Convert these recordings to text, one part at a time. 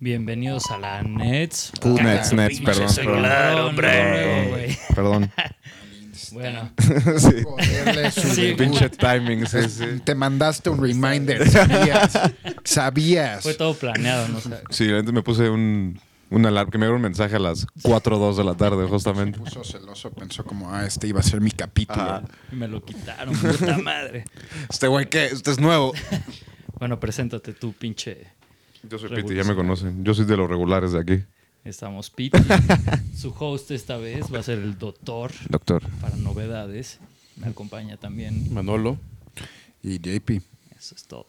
Bienvenidos a la Nets. Tú, Nets, Nets, pinche perdón, celular, perdón. hombre. Perdón. güey. Eh, Perdón. Bueno, sí. Joderle su Sí, debut. Pinche timing, sí, sí. Te mandaste un reminder. Sabías. Sabías. fue todo planeado, no sé. Sí, la neta me puse un, un alarma, que me dio un mensaje a las 4 o 2 de la tarde, justamente. Puso celoso, pensó como, ah, este iba a ser mi capítulo. Me lo quitaron, puta madre. Este güey, ¿qué? Este es nuevo. Bueno, preséntate tú, pinche. Yo soy Regular. Piti, ya me conocen. Yo soy de los regulares de aquí. Estamos Piti. Su host esta vez va a ser el doctor Doctor. para novedades. Me acompaña también. Manolo. Y JP. Eso es todo.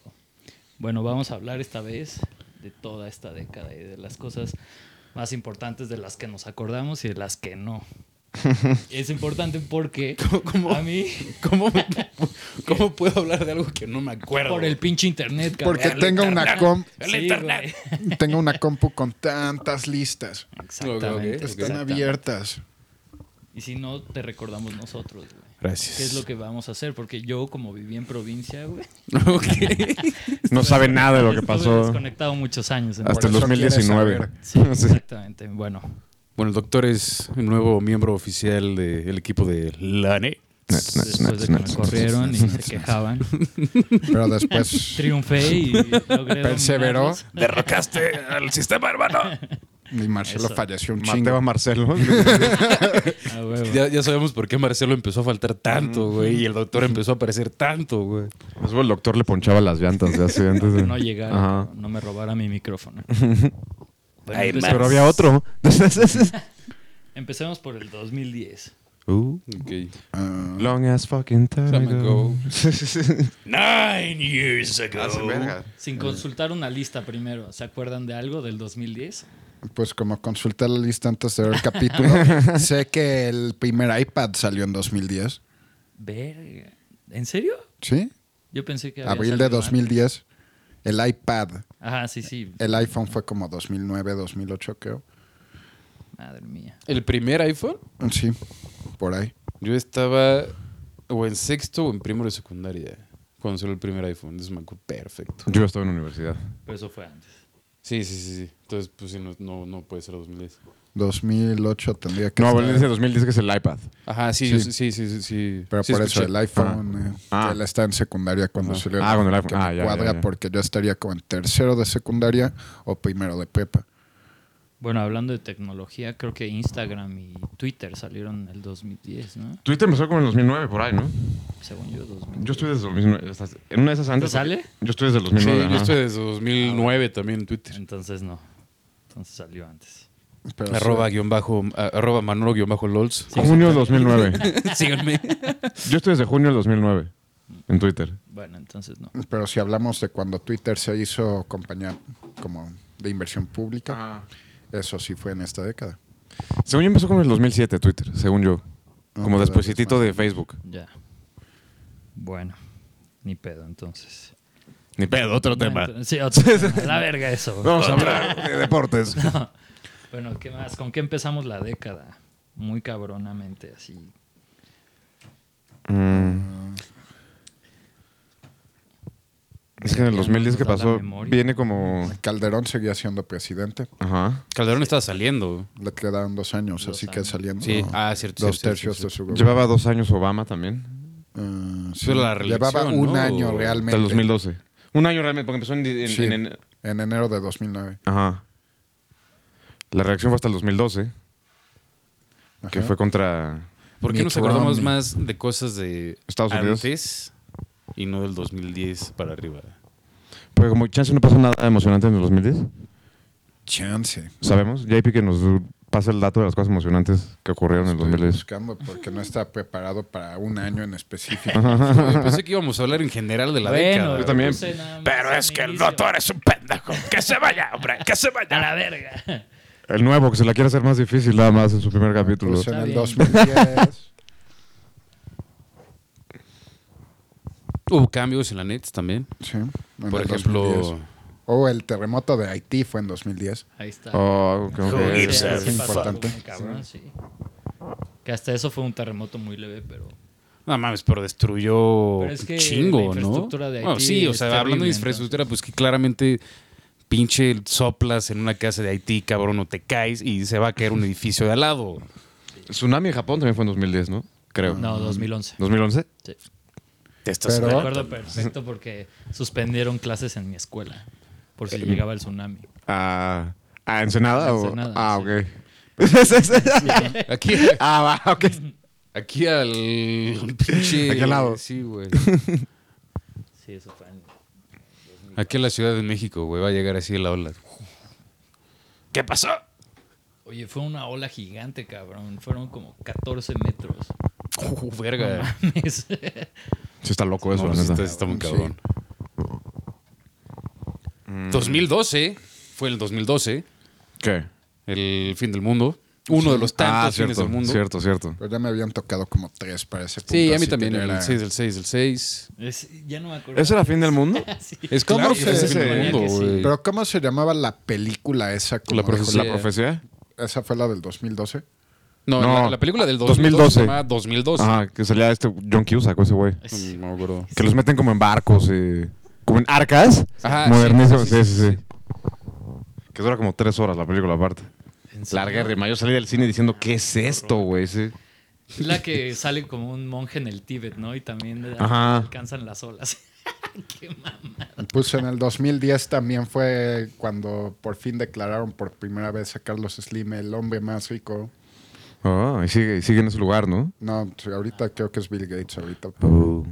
Bueno, vamos a hablar esta vez de toda esta década y de las cosas más importantes de las que nos acordamos y de las que no. es importante porque cómo? a mí ¿Cómo, ¿Cómo puedo hablar de algo que no me acuerdo? por el pinche internet, cabrón. Porque tengo una, com- El Sí, internet. güey. tengo una compu con tantas listas. Exactamente. Ok, ok, ok. Están Están exactamente. abiertas. Y si no, te recordamos nosotros, güey. Gracias. ¿Qué es lo que vamos a hacer? Porque yo, como viví en provincia, güey. No sabe nada de lo que estuve pasó desconectado muchos años. en hasta el Por eso quieres 2019. saber. Sí, Sí. exactamente. Bueno, Bueno, el doctor es el nuevo miembro oficial del equipo de LANE. Nets, nets, después de nets, que me nets. corrieron y se quejaban, Pero después triunfé y logré Perseveró. dominarlos. Derrocaste al sistema, hermano. mi Marcelo Eso. falleció un Mateo a chingo. Marcelo. Ah, huevo. Ya, ya sabemos por qué Marcelo empezó a faltar tanto, güey. Y el doctor empezó a aparecer tanto, güey. Luego el doctor le ponchaba las llantas de hace antes de... No llegara, Ajá. no, no me robara mi micrófono. Bueno, Ay, empecemos- Pero había otro. Empecemos por el 2010. Uh, Ok. Ah, long as fucking time Time ago. ago. Nine years ago. Ah, Sin consultar una lista primero, ¿se acuerdan de algo del 2010? pues como consulté la lista antes de ver el capítulo, sé que el primer iPad salió en 2010. Verga. ¿En serio? ¿Sí? Yo pensé que había Abril de salido 2010. El iPad. antes. Ajá, sí, sí. El iPhone fue como 2009, 2008 creo. Madre mía. El primer iPhone, Sí, por ahí. yo estaba o en sexto o en primero de secundaria. Cuando salió el primer iPhone, eso me acuerdo perfecto. Yo estaba en la universidad. Pero eso fue antes. Sí, sí, sí, sí. Entonces, pues sí, no, no, no puede ser 2010. 2008 tendría que No, estar. bueno, dice 2010 que es el iPad. Ajá, sí, Sí. yo- sí, sí, sí. sí, sí. Pero Sí por escuché. eso el iPhone, eh, Ah. él está en secundaria cuando Ajá. salió. Ah, cuando el que iPhone. me Ah, ya, ya, cuadra ya. porque yo estaría como en tercero de secundaria o primero de prepa. Bueno, hablando de tecnología, creo que Instagram y Twitter salieron en el 2010, ¿no? Twitter empezó como en 2009, por ahí, ¿no? Según yo, 2010. Yo estoy desde 2009. Estás- En una de esas antes. ¿Te sale? Yo estoy desde el Sí, 2009. yo ajá. estoy desde 2009 también en Twitter. Entonces no. Entonces salió antes. Pero Arroba sí, guión bajo, a- arroba Manolo guión bajo LOLs. Junio del 2009. Síganme. Yo estoy desde junio del 2009 en Twitter. Bueno, entonces no. pero si hablamos de cuando Twitter se hizo compañía como de inversión pública, Ah. eso sí fue en esta década. Según yo empezó como en el 2007 Twitter, según yo. No, Como pero despuesitito después. de Facebook. Ya. Bueno. Ni pedo, entonces. Ni pedo, otro Bueno, Sí, otro tema. La verga eso. Vamos a hablar de deportes. Bueno, ¿qué más? ¿Con qué empezamos la década? Muy cabronamente, así. Mm. Es que en el 2010 que Nos da la pasó, memoria. viene como... Calderón seguía siendo presidente. Ajá. Calderón estaba saliendo. Le quedaban dos años, Dos así que años. saliendo Sí, ah, cierto. dos cierto, tercios cierto, de su gobierno. Llevaba dos años Obama también, Ah, sí. Pero la Llevaba reelección, un ¿no? año Del realmente. del 2012. Un año realmente, porque empezó en... en- Sí, en- en- en enero de 2009. ajá. La reacción fue hasta el 2012, que Ajá. fue contra... cierto. ¿Por qué Mitt nos acordamos Romney. más de cosas de Estados Unidos. antes y no del 2010 para arriba? Porque como chance no pasó nada emocionante en el 2010. Chance. Sabemos, JP que nos pasa el dato de las cosas emocionantes que ocurrieron en el Este, Estoy 2010. buscando porque no está preparado para un año en específico. Yo pensé que íbamos a hablar en general de la década. yo también. Pero es que el doctor es un pendejo. Que se vaya, hombre. Que se vaya. A la verga. El nuevo, que se la quiere hacer más difícil nada más en su primer capítulo. Pues en el bien. 2010. Hubo cambios en la Nets también. sí, en Por el ejemplo, 2010. O el terremoto de Haití fue en 2010. Ahí está. Oh, ok, ok. Sí, Joder, sí, es sí pasó importante. algo muy cabrón, sí. Que hasta eso fue un terremoto muy leve, pero. no mames, pero destruyó Pero es que chingo, la infraestructura ¿no? de Haití Bueno, sí, o es sea, terrible, hablando de infraestructura, pues que claramente pinche soplas en una casa de Haití, cabrón, o te caes y se va a caer un edificio de al lado. Tsunami en Japón también fue en 2010, ¿no? Creo. No, 2011. ¿2011? Sí. Te estás Pero- Me acuerdo perfecto porque suspendieron clases en mi escuela por si llegaba el tsunami. Ah, ¿a Ensenada? o- Ensenada, ah, sí. ok. aquí, ah, va, ok. aquí al pinche. Aquí al lado. Sí, güey. Sí, eso fue. en- Aquí en la Ciudad de México, güey, va a llegar así la ola. ¿Qué pasó? Oye, fue una ola gigante, cabrón. Fueron como 14 metros. Uh, verga. Mames. Sí está loco No, eso, pues, la está, neta. está muy cabrón. Mm. 2012, fue el 2012, ¿Qué? el fin del mundo. Uno de los tantos ah, cierto, fines del mundo. cierto, cierto. Pero ya me habían tocado como tres para ese punto. Sí, a mí así que también, ya el era- 6 del 6 del 6. Es- ya no me acuerdo. ¿Eso era fin del mundo? Sí. Es ¿Cómo claro que fue es el ese? fin del mundo, Que sí. güey. Pero ¿cómo se llamaba la película esa? como La de profecía. ¿La profecía? Hollywood? Esa fue la del 2012. No, No. La, la película del 2012 se 2012. llama 2012. Ah, que salía este John Cusack, ese güey. Es- No me acuerdo. Que los meten como en barcos, eh, como en arcas. Ajá, Modernísimos, sí, sí sí sí, sí, sí, Que dura como tres horas la película aparte. en serio. Larguérrima. Yo salí del cine diciendo, ¿qué es esto, güey? Sí. La que sale como un monje en el Tíbet, ¿no? Y también le- Ajá. alcanzan las olas. Qué mamá. Pues en el 2010 también fue cuando por fin declararon por primera vez a Carlos Slim el hombre más rico. Ah, y sigue, y sigue en ese lugar, ¿no? No, ahorita creo que es Bill Gates ahorita, pero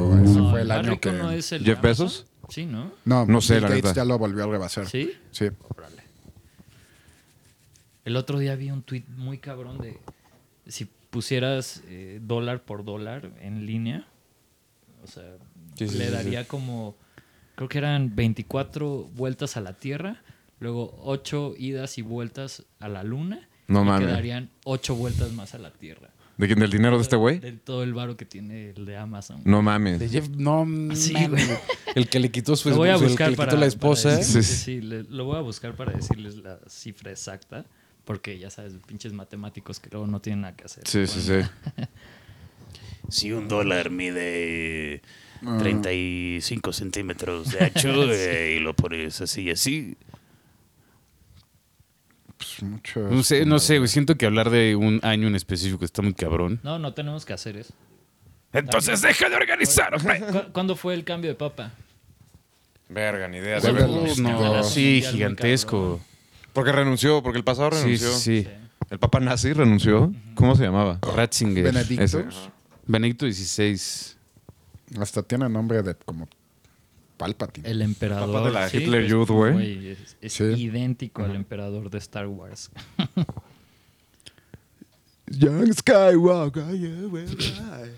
Oh. ese No, fue el el más año rico que... no es el ¿Jeff Amazon? Bezos? Sí, ¿no? No, No sé, Bill la Gates neta. ya lo volvió a rebasar. ¿Sí? Sí. El otro día vi un tweet muy cabrón de si pusieras eh, dólar por dólar en línea, o sea, Sí, sí, le sí, daría como, creo que eran 24 vueltas a la Tierra, luego 8 idas y vueltas a la Luna, No y mames. quedarían 8 vueltas más a la Tierra. ¿De quién? ¿Del dinero de este güey? De todo el varo que tiene el de Amazon. No De mames. Jeff, no, Sí, mames. güey. El que le quitó su lo voy a pues, el que buscar le para, quitó la para esposa. ¿eh? decirles- Sí, sí, sí. le- lo voy a buscar para decirles la cifra exacta, porque ya sabes, pinches matemáticos que luego no tienen nada que hacer. Sí, sí, sí. Si un dólar mide Ah. 35 centímetros de ancho eh, y lo pones así y así, Pues muchos- No sé, no sé, güey. Siento que hablar de un año en específico está muy cabrón. No, no tenemos que hacer eso. entonces deja de organizar. ¿Cu- ¿Cuándo fue el cambio de papa? Verga, ni idea. de Uh, verdad. no, Mundial sí, muy gigantesco. Porque renunció, porque el pasado Sí, renunció. sí, sí. El Papa Nazi renunció. ¿Cómo se llamaba? Ratzinger. Benedicto. Benedictus. ese. XVI. Hasta tiene nombre de como Palpatine. El emperador. Papa de la sí, Hitler pues, Youth, güey. Es, es Sí. idéntico al emperador de Star Wars. Young Skywalker, yeah,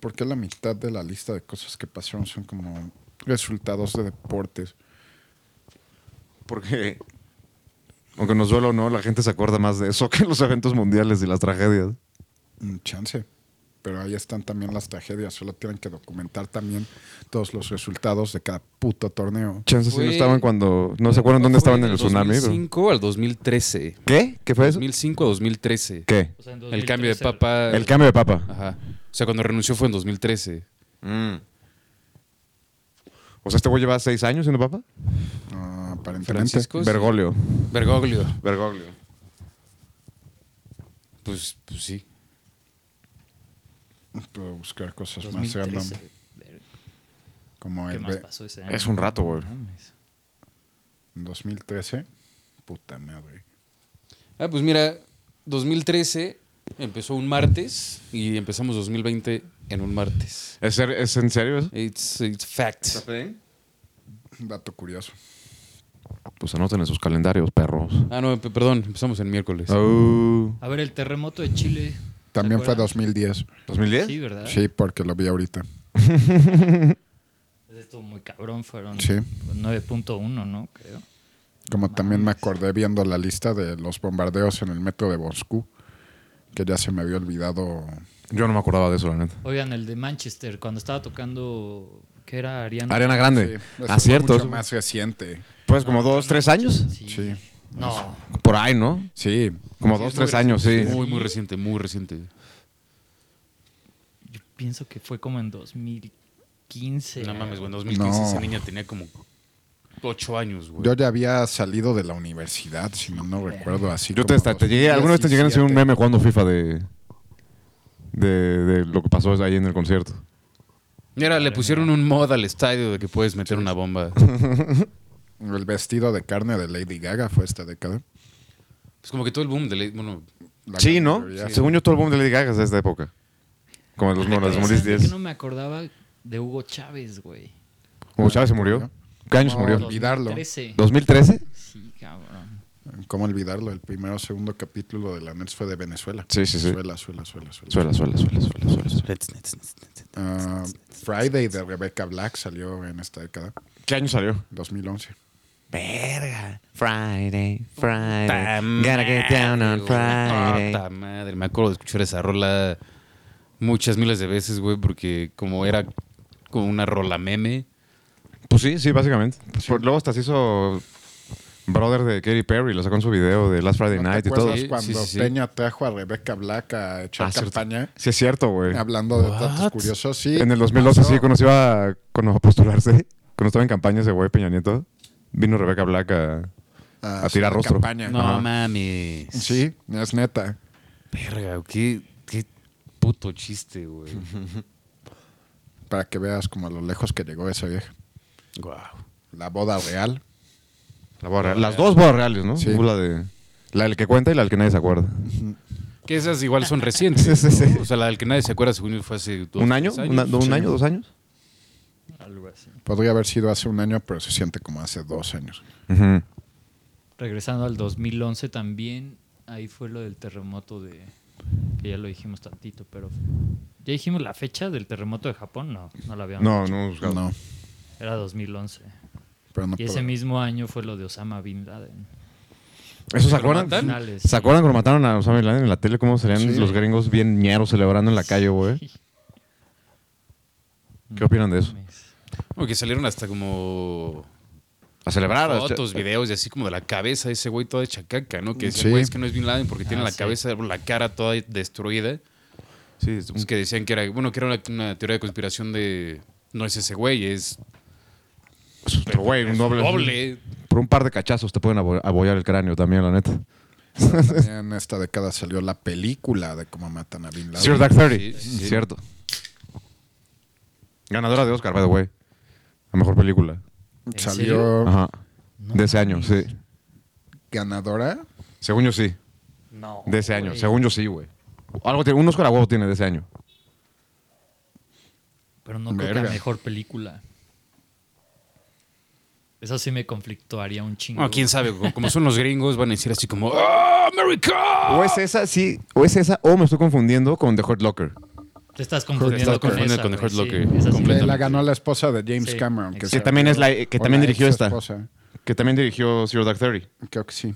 ¿Por qué la mitad de la lista de cosas que pasaron son como resultados de deportes? Porque, aunque nos duela o no, la gente se acuerda más de eso que los eventos mundiales y las tragedias. Mm, Chance. Pero ahí están también las tragedias. Solo tienen que documentar también todos los resultados de cada puto torneo. Chances sí no Fue- estaban cuando. No se acuerdan dónde estaban en el tsunami. pero- 2005 al 2013. ¿Qué? ¿Qué fue eso? 2005 a 2013. ¿Qué? O sea, en El cambio de 2013 papa. El cambio de papa. Ajá. O sea, cuando renunció fue en 2013. Mm. O sea, este güey lleva seis años siendo papa. Ah, aparentemente. Francisco. sí. Bergoglio. Bergoglio. Bergoglio. Pues, pues sí. Puedo buscar cosas pues, más 2013. random. Como ¿Qué el más de- pasó ese año? Es un rato, güey. Mames. 2013. Puta madre. Ah, pues mira, 2013 empezó un martes y empezamos 2020 en un martes. ¿Es, ser- es en serio eso? It's, it's fact. Dato curioso. Pues anoten en sus calendarios, perros. Ah, no, pe- perdón, empezamos en miércoles. Oh. A ver, el terremoto de Chile. ¿se También fue acuerdan? ¿Eh? 2010. ¿2010? Sí, ¿verdad? Sí, porque lo vi ahorita. Estuvo muy cabrón, fueron Sí. 9.1, ¿no? Creo. Como también me acordé viendo la lista de los bombardeos en el metro de Moscú, que ya se me había olvidado. Yo no me acordaba de eso, la neta. Oigan, el de Manchester, cuando estaba tocando, ¿qué era Ariana? Ariana Grande. Sí, Ah, cierto. Mucho más reciente. Pues como dos, tres años. Sí. Sí. No, Por ahí, ¿no? Sí. Como Sí, dos, es muy tres años, sí. Muy, muy reciente, muy reciente. yo pienso que fue como en 2015. No mames, güey, en 2015 No. esa niña tenía como ocho años, güey. Yo ya había salido de la universidad, si no, no recuerdo así. Yo te, hasta te llegué, alguna vez te llegué a hacer un meme jugando FIFA de, de, de lo que pasó ahí en el concierto. Mira, le pusieron un mod al estadio de que puedes meter una bomba. El vestido de carne de Lady Gaga fue esta década. Es como que todo el boom de la- bueno, La sí, gran ¿no? mayoría. Según yo, todo el boom de Lady Gaga es de esta época. Como de los monos, los ¿Sabes moris de qué 10. no me acordaba de Hugo Chávez, güey. Hugo Chávez se murió. ¿Qué año se No, murió? Olvidarlo. 2013. ¿2013? Sí, cabrón. ¿Cómo olvidarlo? El primero o segundo capítulo de la Nets fue de Venezuela. Sí, sí, sí. Suela, suela, suela, suela. Suela, suela, suela, suela, suela. suela. Ah, Friday de Rebecca Black salió en esta década, ¿Qué año salió? 2011. Verga. Friday, Friday. Ta Gotta get down on madre, güey. Friday. Ah, ta madre. Me acuerdo de escuchar esa rola muchas miles de veces, güey, porque como era como una rola meme. Pues sí, Pues sí, básicamente. Por- luego hasta se hizo brother de Katy Perry, lo sacó en su video de Last Friday ¿No Night ¿Te y todo. acuerdas Sí, cuando sí, sí. Peña trajo a Rebecca Black a echar Ah, cierto. campaña? Sí, es cierto, güey. Hablando de datos curiosos, sí. En el 2012, pasó. sí, cuando se iba cuando a postularse, cuando estaba en campaña ese güey Peña Nieto, vino Rebeca Black a... a tirar hacer rostro. campaña. No Ajá. mames. Sí, es neta. Verga, qué, qué puto chiste, güey. Para que veas como a lo lejos que llegó esa vieja. Wow. La boda real. La boda real. Las dos bodas reales, ¿no? Sí. Hubo La, de, la del que cuenta y la del que nadie se acuerda. Que esas igual son recientes. Sí, sí, ¿no? sí. O sea, la del que nadie se acuerda, según yo, fue hace dos, ¿Un año? tres ¿Una- ¿Un Sí. año? ¿Dos años? Algo así. Podría haber sido hace un año, pero se siente como hace dos años. Ujú. Regresando al 2011 también, ahí fue lo del terremoto de... Que ya lo dijimos tantito, pero... ¿Ya dijimos la fecha del terremoto de Japón? No, no la habíamos No, dicho. no, buscado. No, Era 2011. pero no Y ese puedo. mismo año fue lo de Osama Bin Laden. ¿Eso se ¿Lo acuerdan? matan? Finales, ¿Se sí. acuerdan cuando mataron a Osama Bin Laden en la tele? ¿Cómo serían Sí. los gringos bien ñeros celebrando en la calle, güey? ¿Qué opinan de eso? Como que salieron hasta como A celebrar. a- fotos, videos y así como de la cabeza de ese güey toda hecha caca, ¿no? Que Sí. ese güey es que no es Bin Laden porque tiene Ah, la sí. cabeza, la cara toda destruida. Sí, es un- Pues que decían que era, bueno, que era una, una teoría de conspiración de no es ese güey, es es otro güey, un doble. doble. Por un par de cachazos te pueden abo- abollar el cráneo también, la neta. También en esta década salió la película de cómo matan a Bin Laden. Zero Dark Thirty. Sí, sí, sí. Cierto. Ganadora de Oscar, by the way. La mejor película. ¿En Salió serio? Ajá. de ese año, sí. ganadora. Según yo sí. No. De ese año. güey. Según yo sí, güey. Algo tiene, un Oscar a huevo tiene de ese año. Pero no creo que Verga. la mejor película. Eso sí me conflictuaría un chingo. No, quién sabe, como, como son los gringos, van a decir así como ¡Ah, America! O es esa, sí. O es esa, o me estoy confundiendo con The Hurt Locker. Te estás confundiendo Estás con confundiendo esa, con The güey, Hurt Locker, esa sí. completamente. La ganó la esposa de James Sí, Cameron. exacto. Que también es la que O también la dirigió esta. exesposa. Que también dirigió Zero Dark Thirty. Creo que sí.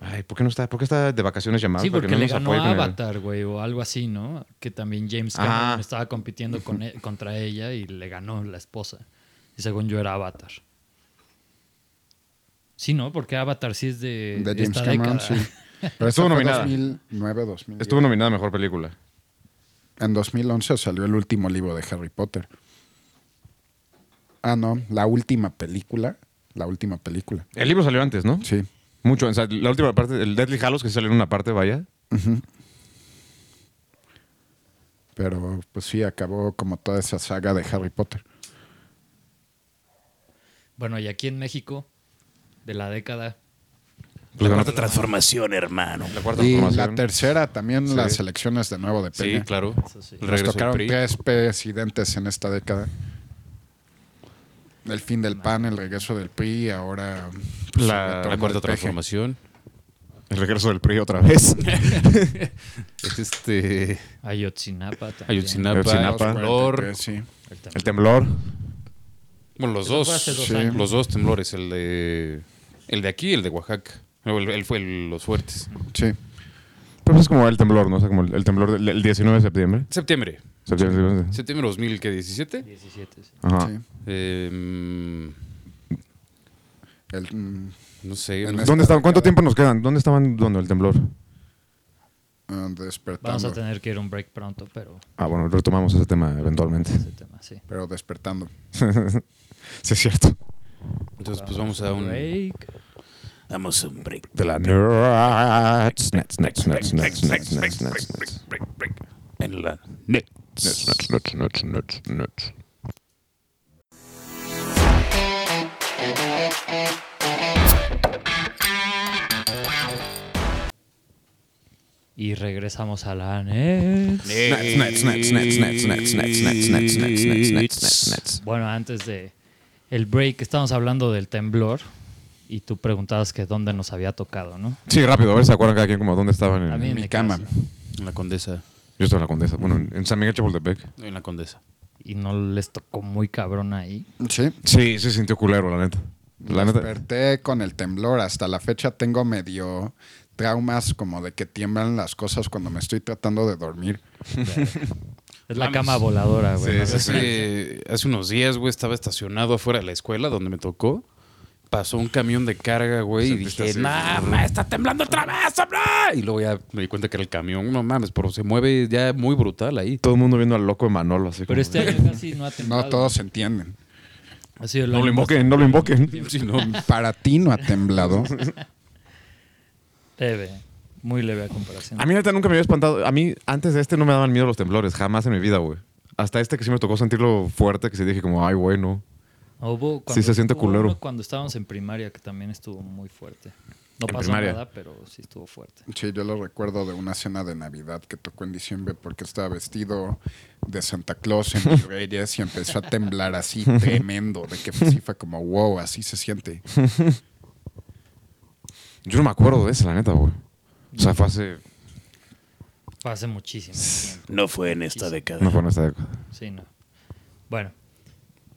Ay, ¿por qué no está? ¿Por qué está de vacaciones llamada? Sí, Para porque que no le nos ganó apoye a con el- Avatar, güey, o algo así, ¿no? Que también James Ajá. Cameron estaba compitiendo con e- contra ella y le ganó la esposa. Y según yo era Avatar. Sí, ¿no? Porque Avatar sí es de, De de James esta Cameron, década. sí. Pero Estuvo esta fue nominada. 2009, 2010. Estuvo nominada a mejor película. En 2011 salió el último libro de Harry Potter. Ah, no, la última película. La última película. El libro salió antes, ¿no? Sí. Mucho. o sea, la última parte, el Deadly Hallows que salió en una parte, vaya. Pero pues sí, acabó como toda esa saga de Harry Potter. Bueno, y aquí en México, de la década, Pues ganó- Cuarta transformación, hermano. la cuarta Y formación. la tercera también las elecciones de nuevo de Sí, Peña. claro. Eso sí. El Nos regreso del tocaron PRI. tres presidentes en esta década. El fin del PAN, el regreso del PRI, ahora pues, el La, retorno la cuarta del PG. transformación. El regreso del PRI otra vez. Es este. Ayotzinapa también. Ayotzinapa, Ayotzinapa. el temblor. 43, sí. El temblor. el temblor. Bueno, los Eso dos. fue hace dos Sí. años. Los dos temblores, el de. El de aquí y el de Oaxaca. Luego el- Él fue el- los fuertes. Sí. Pero pues es como el temblor, ¿no? O sea, como el, el temblor del el 19 de septiembre. Septiembre. Septiembre, sí. Septiembre 2017. 17, sí. Ajá. sí. Eh, mm, El, mm, no sé. En no- esta ¿Dónde estaban? ¿Cuánto década. tiempo nos quedan? ¿Dónde estaban dónde el temblor? ah, ah, despertando. Vamos a tener que ir a un break pronto, pero Ah, bueno, retomamos ese tema eventualmente. ese tema, sí. Pero despertando. sí, es cierto. Entonces, pues vamos a un. Break. Damos un break. De la nerds. Nerds, nerds, nerds, nerds, nerds, nerds, nerds, nerds. break, break. En la Nerds, nerds, nerds, nerds, nerds, nerds. Y regresamos a la net. Nerds, nerds, nerds, nerds, nerds, nerds, nerds, nerds, nerds, nerds, nerds, nerds, nerds. Bueno, antes de el break, estábamos hablando del temblor y tú preguntabas que dónde nos había tocado, ¿no? Sí, rápido, a ver si se acuerdan cada quien como dónde estaban. en- A mí en Yo mi cama. casa. En la condesa. estaba en la Condesa. Bueno, en en San Miguel Chapultepec. En la condesa. Y no les tocó muy cabrón ahí. Sí. Sí, se sintió culero, la neta. La neta. Desperté con el temblor. Hasta la fecha tengo medio traumas como de que tiemblan las cosas cuando me estoy tratando de dormir. Es la cama voladora, güey. ¿no? Hace, Pues Pues hace unos días, güey, estaba estacionado afuera de la escuela donde me tocó. Pasó un camión de carga, güey, y Sentiste dije, así, no, mames, está temblando otra vez, hombre". Y luego ya me di cuenta que era el camión, no mames, pero se mueve ya muy brutal ahí. Todo el mundo viendo al loco de Manolo así. Pero como- este año casi no ha No temblado. todos se entienden. Ha sido el No lo año más- invoquen, no lo invoquen. Sí, no, Para ti no ha temblado. Leve, muy leve a comparación. A mí neta nunca me había espantado. A mí antes de este no me daban miedo los temblores, jamás en mi vida, güey. Hasta este que sí me tocó sentirlo fuerte, que sí dije como, ay, güey, no. No, hubo- Sí se siente hubo culero. uno Cuando estábamos en primaria, que también estuvo muy fuerte. No En pasó primaria. nada, pero sí estuvo fuerte. Sí, yo lo recuerdo de una cena de Navidad que tocó en diciembre porque estaba vestido de Santa Claus en mis reyes y empezó a temblar así tremendo, de que pues sí fue como, wow, así se siente. Yo no me acuerdo de ese, la neta, güey. O sea, fue hace... Fue hace muchísimo tiempo. No fue en esta década. No fue en esta época. Sí, no. Bueno,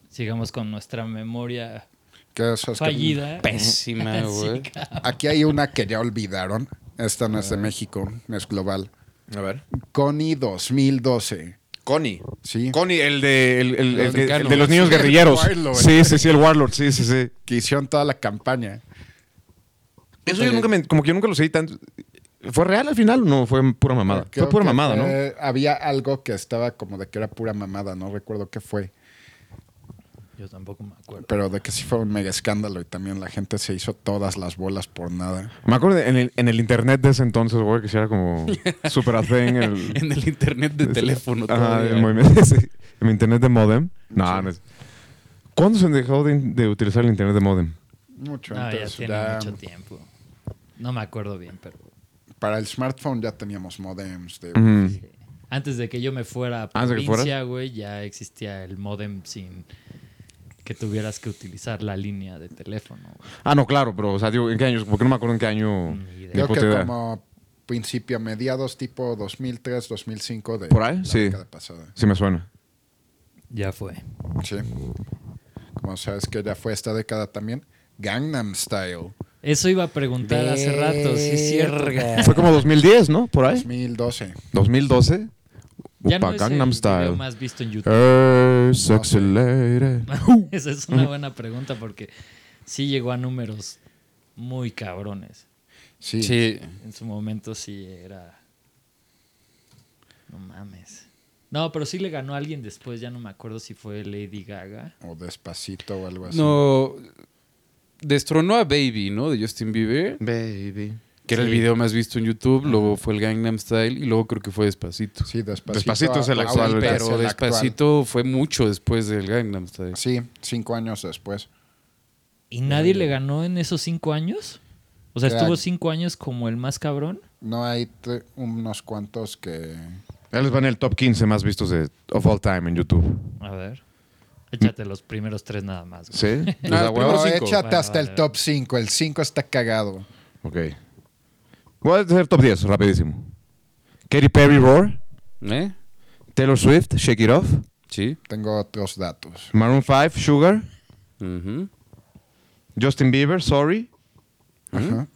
sigamos con nuestra memoria ¿Qué es eso? Es que- fallida. pésima, güey. Aquí hay una que ya olvidaron. Esta no es de México, es global. Ah. A ver. Connie 2012. Connie. Sí. Connie, el de, el, el- el que- mexicanos. el de los niños Sí, el guerrilleros. Warlord. Sí, sí, sí, el Warlord, sí, sí, sí. Que hicieron toda la campaña. Eso yo nunca me, como que yo nunca lo seguí tanto. ¿Fue real al final o no? Fue pura mamada. Creo fue pura que mamada, ¿no? fue- Había algo que estaba como de que era pura mamada, no recuerdo qué fue. Yo tampoco me acuerdo. Pero de que sí fue un mega escándalo y también la gente se hizo todas las bolas por nada. Me acuerdo de- en el, en el internet de ese entonces, güey, que sí era como super a thing. El, En el internet de teléfono. Pues, Ajá, todavía. el movimiento. sí. El internet de modem. No, no es- ¿Cuándo se dejó de, de utilizar el internet de modem? Mucho No, ya antes. tiene ya- mucho tiempo. No me acuerdo bien, pero para el smartphone ya teníamos modems de Ujú. sí. antes de que yo me fuera a Antes de que fueras. provincia, güey, ya existía el modem sin que tuvieras que utilizar la línea de teléfono. güey. Ah, no, claro, pero, o sea, digo, ¿en qué años? Porque no me acuerdo en qué año. Ni idea. ni Creo puta que idea. como principio, mediados, tipo 2003, 2005 de Por ahí, la sí. década pasada. Sí me suena. Ya fue. Sí. Como sabes que ya fue esta década también. Gangnam Style. Eso iba a preguntar hace rato, sí es cierto. Eh. Fue como 2010, ¿no? Por ahí. 2012. 2012. Ya Upa, no es el Gangnam video Style. más visto en YouTube. Hey, sexy lady. Esa es una buena pregunta porque sí llegó a números muy cabrones. Sí. Sí. En su momento sí era. No mames. No, pero sí le ganó a alguien después, ya no me acuerdo si fue Lady Gaga. O Despacito o algo así. No. Destronó a Baby, ¿no? De Justin Bieber. Baby. Que era el video más visto en YouTube. Luego fue el Gangnam Style. Y luego creo que fue Despacito. Sí, Despacito. Despacito es el ahorita actual, es Pero el Despacito fue mucho después del Gangnam Style. actual. Sí, cinco años después. ¿Y nadie le ganó en esos cinco años? O sea, Era- estuvo cinco años como el más cabrón. No hay tre- unos cuantos que... Ahí les van el top 15 más vistos de of all time en YouTube. A ver. Échate los primeros tres nada más. güey. Mm. ¿Sí? ¿Les Ah, da hueva? primero No, cinco. échate Bueno, hasta vale. el top 5. El 5 está cagado. Ok. Voy a hacer top 10, rapidísimo. Katy Perry, Roar. ¿Eh? Taylor Swift, Shake It Off. Sí. Tengo otros datos. Maroon 5, Sugar. Ujú. Justin Bieber, Sorry. ¿Mm? Ajá.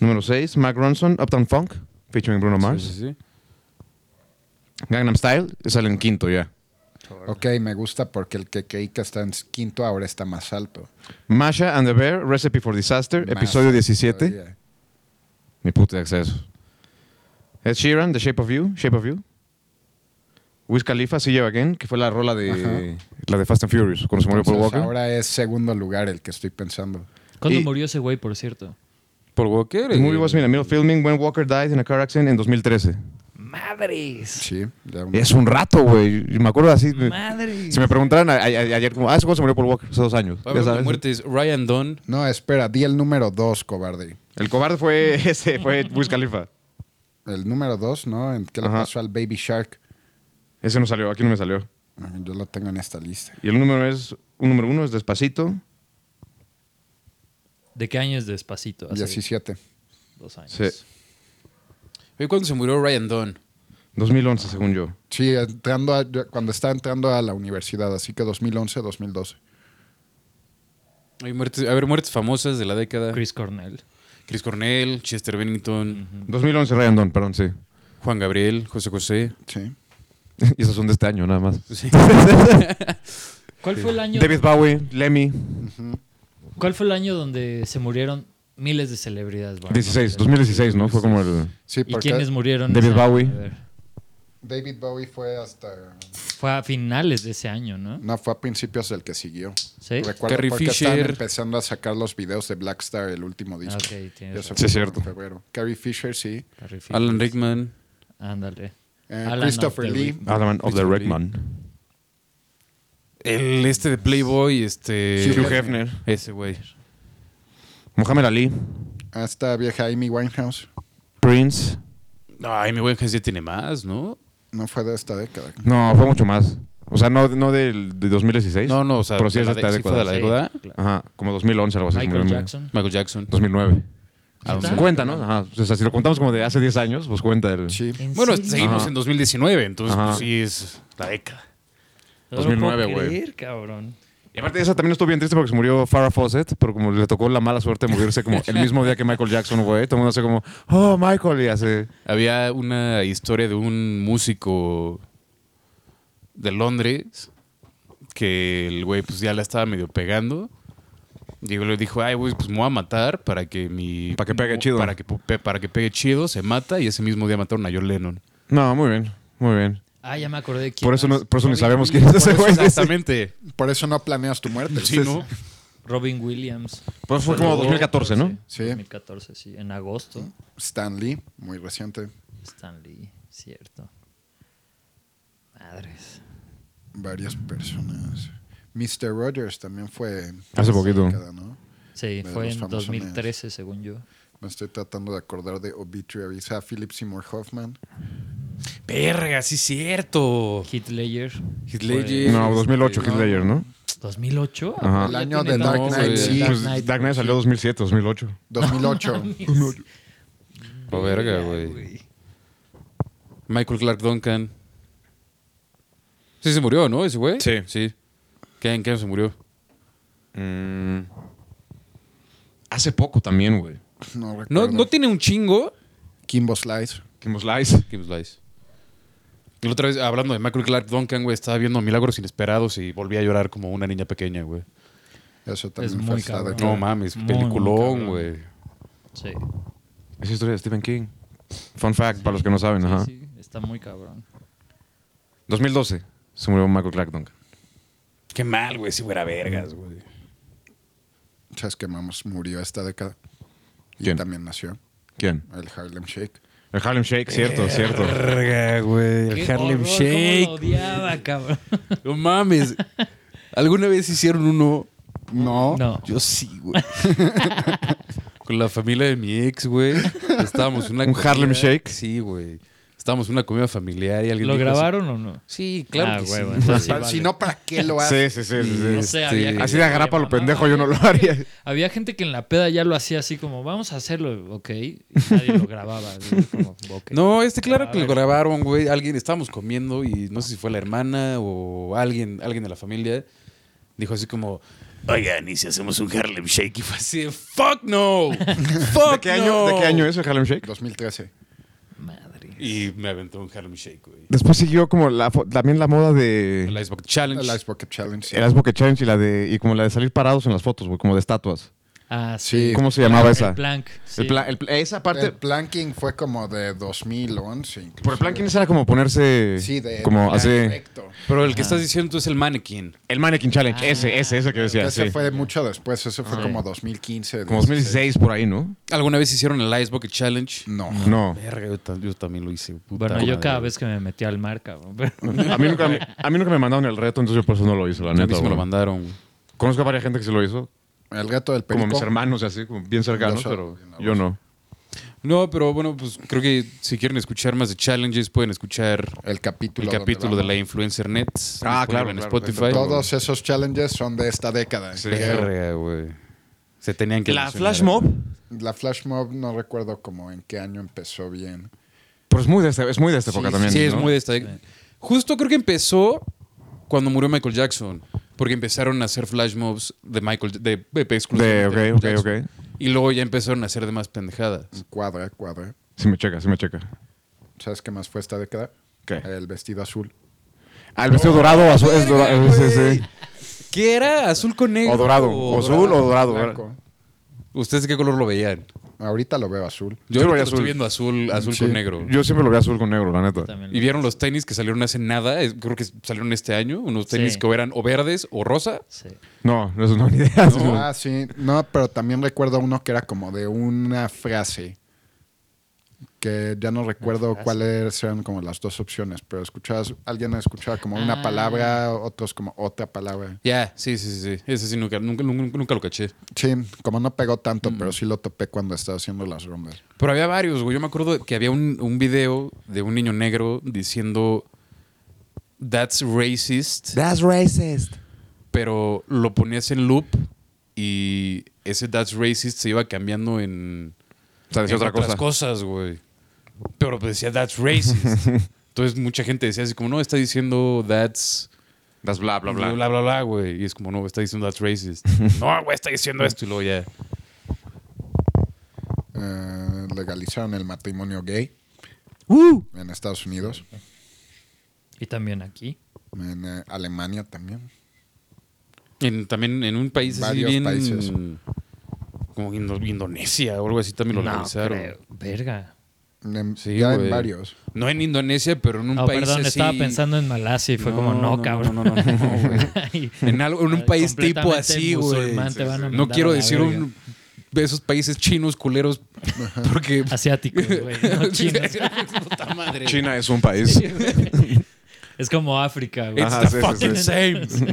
Número 6, Mark Ronson, Uptown Funk, featuring Bruno Mars. Sí, sí, sí. Gangnam Style, sale en quinto ya. Ok, me gusta porque el que creí que está en quinto ahora está más alto. Masha and the Bear, Recipe for Disaster, Más episodio 17. todavía. Mi puta de acceso. Ed Sheeran, The Shape of You, Shape of You. Wiz Khalifa, See You Again, que fue la rola de la de Fast and Furious, cuando se murió Paul Entonces, Walker. ahora es segundo lugar el que estoy pensando. ¿Cuándo Y- murió ese güey, por cierto? Por Walker. The eh, movie was in the middle of filming when Walker died in a car accident en 2013. ¡Madres! Sí, ya un- Es un rato, güey. Y Me acuerdo así. me- ¡Madres! Si me preguntaran a- a- a- ayer, como, ah, ¿eso cuándo se murió Paul Walker? Hace dos años. va a Ya haber sabes. muertes. Ryan Dunn. No, espera, di el número dos, cobarde. El cobarde fue ese, fue Wiz Khalifa. El número dos, ¿no? ¿En ¿Qué le Ajá. pasó al Baby Shark? Ese no salió, aquí no me salió. Ay, Yo lo tengo en esta lista. Y el número es, un número uno es Despacito. ¿De qué año es Despacito? Hace 17. dos años. Sí. Oye, ¿Cuándo se murió Ryan Dunn? 2011, según yo. Sí, entrando a- yo- cuando estaba entrando a la universidad, así que 2011, 2012. Hay muertes, a ver, muertes famosas de la década. Chris Chris, Cornell. Cornell, Chester Bennington, 2011, Ryan Don, perdón, sí. Juan Gabriel, José José. Sí. y esos son de este año, nada más. ¿Cuál fue el año? David Bowie, Lemmy, ¿Cuál fue el año donde se murieron miles de celebridades? Bueno, 16, no sé. 2016, ¿no? Fue como el... Sí, ¿Y porque quiénes murieron? David ese año? Bowie. A ver. David Bowie fue hasta... Fue a finales de ese año, ¿no? No, fue a principios del que siguió. ¿Sí? Recuerdo Carrie porque estaban Fisher. empezando a sacar los videos de Black Star, el último disco. Ah, ok, tienes Eso razón. Sí, fue es cierto. en febrero. Carrie Fisher, sí. Carrie Fisher. Alan Rickman. Ándale. Eh, Alan of Christopher the Lee. Ring. Adam of the Redman. El este de Playboy, este. Hugh Hugh Hefner. Ese güey. Muhammad Ali. A ah, esta vieja Amy Winehouse. Prince. Ay, mi buen Hans ya tiene más, ¿no? No fue de esta década. No, fue mucho más. O sea, no, no del de 2016. No, no, o sea, Pero sí de es la de esta de- sí fue de década. la Sí, década. claro. Ajá, como 2011 algo así. Michael como- Jackson. Michael Jackson. 2009. Ah, Se ¿Está? Cuenta, ¿no? Ajá. O sea, si lo contamos como de hace 10 años, pues cuenta el... Sí. ¿En Bueno, serio? seguimos Ajá. en 2019, entonces Ajá. pues, sí es la década. No lo 2009, puedo güey. creer, cabrón. Y aparte de esa también estuvo bien triste porque se murió Farrah Fawcett, pero como le tocó la mala suerte de morirse como el mismo día que Michael Jackson, güey. Todo el mundo hace como, oh, Michael, y hace... Había una historia de un músico de Londres que el güey pues ya la estaba medio pegando. Y le dijo, ay, güey, pues me voy a matar para que mi... Para que pegue chido. Para que, pu- pe- para que pegue chido, se mata y ese mismo día mataron a John Lennon. No, muy bien, muy bien. Ah, ya me acordé de quién Por eso, más. no, por eso ni Robin sabemos quién Williams. es ese güey. Exactamente. Por eso no planeas tu muerte. Sí, ¿no? Robin Williams. Pero fue como 2014, ¿no? Sí. 2014, sí. En agosto. Stan Lee, muy reciente. Stan Lee, cierto. Madres. Varias personas. Mr. Rogers también fue... Hace poquito. década, ¿no? Sí, De fue los en famosos 2013, según yo. Me estoy tratando de acordar de Obituaries. A Philip Seymour Hoffman. Verga, sí es cierto. Hitler. Hitler. Oh. No, 2008, Heath Ledger, ¿no? ¿2008? Ajá. El Ya año tiene de tanto- Dark Knight, de sí. Dark Pues Knight. Dark Knight salió 2007, 2008. 2008. Oh, verga, güey. Michael Clark Duncan. Sí, se murió, ¿no? Ese güey. Sí. Sí. ¿Qué, ¿En qué año se murió? Mm. Hace poco también, güey. No No, recuerdo. no tiene un chingo. Kimbo Slice. Kimbo Slice. Kim Slice. Y la otra vez, hablando de Michael Clark Duncan, güey, estaba viendo Milagros Inesperados y volví a llorar como una niña pequeña, güey. Eso Es también fue muy esta cabrón. década. No mames, Muy, muy peliculón, güey. Sí. Es historia de Stephen King. Fun fact, para los que no saben, ajá. Sí, sí, está muy cabrón. 2012 se murió Michael Clark Duncan. Qué mal, güey, si fuera vergas, güey. ¿Sabes que Mamos murió esta década? Y ¿Quién? también nació. ¿Quién? El Harlem Shake. El Harlem Shake, cierto, cierto. Verga, güey. Qué horror, cómo lo odiaba, cabrón. No mames. ¿Alguna vez hicieron uno? No. No. Yo sí, güey. Con la familia de mi ex, güey. Estábamos en una ¿Un Harlem Shake? Sí, güey. Estábamos en una comida familiar y alguien ¿Lo dijo así- grabaron o no? Sí, claro Ah, que huevo, sí. entonces sí Pa- Si vale. no, ¿para qué lo hace? Sí, sí, sí. sí, sí. No sé, había Este, Así gente de que agrapa lo mamaba. pendejo, yo no lo haría. Había gente que en la peda ya lo hacía así como, vamos a hacerlo, ok. Y nadie lo grababa. así como, ok. No, este claro A que lo ver. grabaron, güey. Alguien, estábamos comiendo y no sé si fue la hermana o alguien, alguien de la familia. Dijo así como, Mm. Oigan, y si hacemos un Harlem Shake y fue así. sí, fuck no, fuck ¿De qué año, ¿De qué año es el Harlem Shake? 2013. Madre. Y me aventó un Harlem Shake, güey. Después siguió como la, fo- también la moda de... El Ice Bucket Challenge. El Ice Bucket Challenge. El Ice Bucket Challenge y, la de, y como la de salir parados en las fotos, güey, como de estatuas. Ah, Sí. ¿Cómo se llamaba El esa? Plank. sí. El pla- el pla- esa parte. El planking fue como de 2011. Inclusive. por el planking esa era como ponerse. Sí, de. Como de- así. Directo. Pero el que estás diciendo tú es el mannequin. El mannequin challenge. Ah, ese, ese, ese que decía. Ese sí. fue mucho después, ese fue Ah. como 2015. Como 2016 por ahí, ¿no? ¿Alguna vez hicieron el Ice Bucket Challenge? No. No. Verga, yo, ta- yo también lo hice. puta Bueno, yo madre. cada vez que me metí al mar, cabrón. pero- A mí, nunca, me- a mí nunca me mandaron el reto, entonces yo por eso no lo hice, la A mí sí neta. me lo güey. mandaron. güey. Conozco a varias gente que sí lo hizo, El gato del como perico. mis hermanos, y así, como bien Yo cercanos, soy- pero yo no. No, pero bueno, pues creo que si quieren escuchar más de challenges, pueden escuchar El capítulo. el donde capítulo de hablamos. la Influencer Nets. Ah, disponible claro, En claro, Spotify. Todos esos challenges son de esta década. creo. Verga, güey. Se tenían que. La emocionar. flash mob, La flash mob no recuerdo como en qué año empezó bien. pero es muy de, este- es muy de esta época también. Sí, es ¿no? muy de esta. Justo creo que empezó cuando murió Michael Jackson. Porque empezaron a hacer flash mobs de Michael de, de, de De, exclusivamente de ok, ok, Michael Jackson. ok. Y luego ya empezaron a hacer demás pendejadas. Cuadra, cuadra. Sí me checa, sí me checa. ¿Sabes qué más fue esta década? ¿Qué? El vestido azul. Ah, el vestido dorado, azul, es dorado, verga, sí, sí, güey. sí. ¿Qué era? ¿Azul con negro? O dorado, o azul o dorado. Blanco. ¿Ustedes de qué color lo veían? Ahorita lo veo azul. Yo Yo, lo ahorita veía lo estoy azul. viendo azul, azul Sí. con negro. Yo siempre lo veía azul con negro, la neta. También ¿Y vieron los tenis que salieron hace nada? Es- Creo que salieron este año. Unos tenis Sí. que eran o verdes o rosa. Sí. No, no es una buena idea. Ah, sí. No, pero también recuerdo uno que era como de una frase. Que ya no recuerdo frase. cuáles eran como las dos opciones, pero escuchabas, alguien escuchaba como una Ah. palabra, otros como otra palabra. Ya, sí, sí, sí, sí. Ese sí nunca, nunca, nunca, nunca lo caché. Sí, como no pegó tanto, pero sí lo topé cuando estaba haciendo las rondas. Pero había varios, güey. Yo me acuerdo que había un, un video de un niño negro diciendo That's racist, That's racist. pero lo ponías en loop y ese That's racist se iba cambiando en, O sea, decía en otra otras cosa. cosas, güey. Pero pues decía That's racist. Entonces mucha gente decía así como, no, está diciendo That's... Das bla, bla, bla. bla, bla, bla, güey. Y es como, no, está diciendo that's racist. no, güey, está diciendo esto y luego ya. Eh, legalizaron el matrimonio gay en Estados Unidos, Y también aquí. en eh, Alemania también. En- también en un país así Varios bien. países. Como Indo- Indonesia o algo así también lo No, legalizaron. creo. Verga. En- Sí, ya güey. en varios. No en Indonesia, pero en un No, país perdón, así- estaba pensando en Malasia y fue No, como, no, no, cabrón. no, no, no, no, güey. Ay, En, algo- en un ah, país tipo completamente así, güey. musulmán, te van a No mandar quiero a la decir verga. un de esos países chinos culeros porque Asiáticos, güey. no chinos. Puta madre. China es un país. es como África, güey. It's Ajá, the sí, sí, fucking sí. same.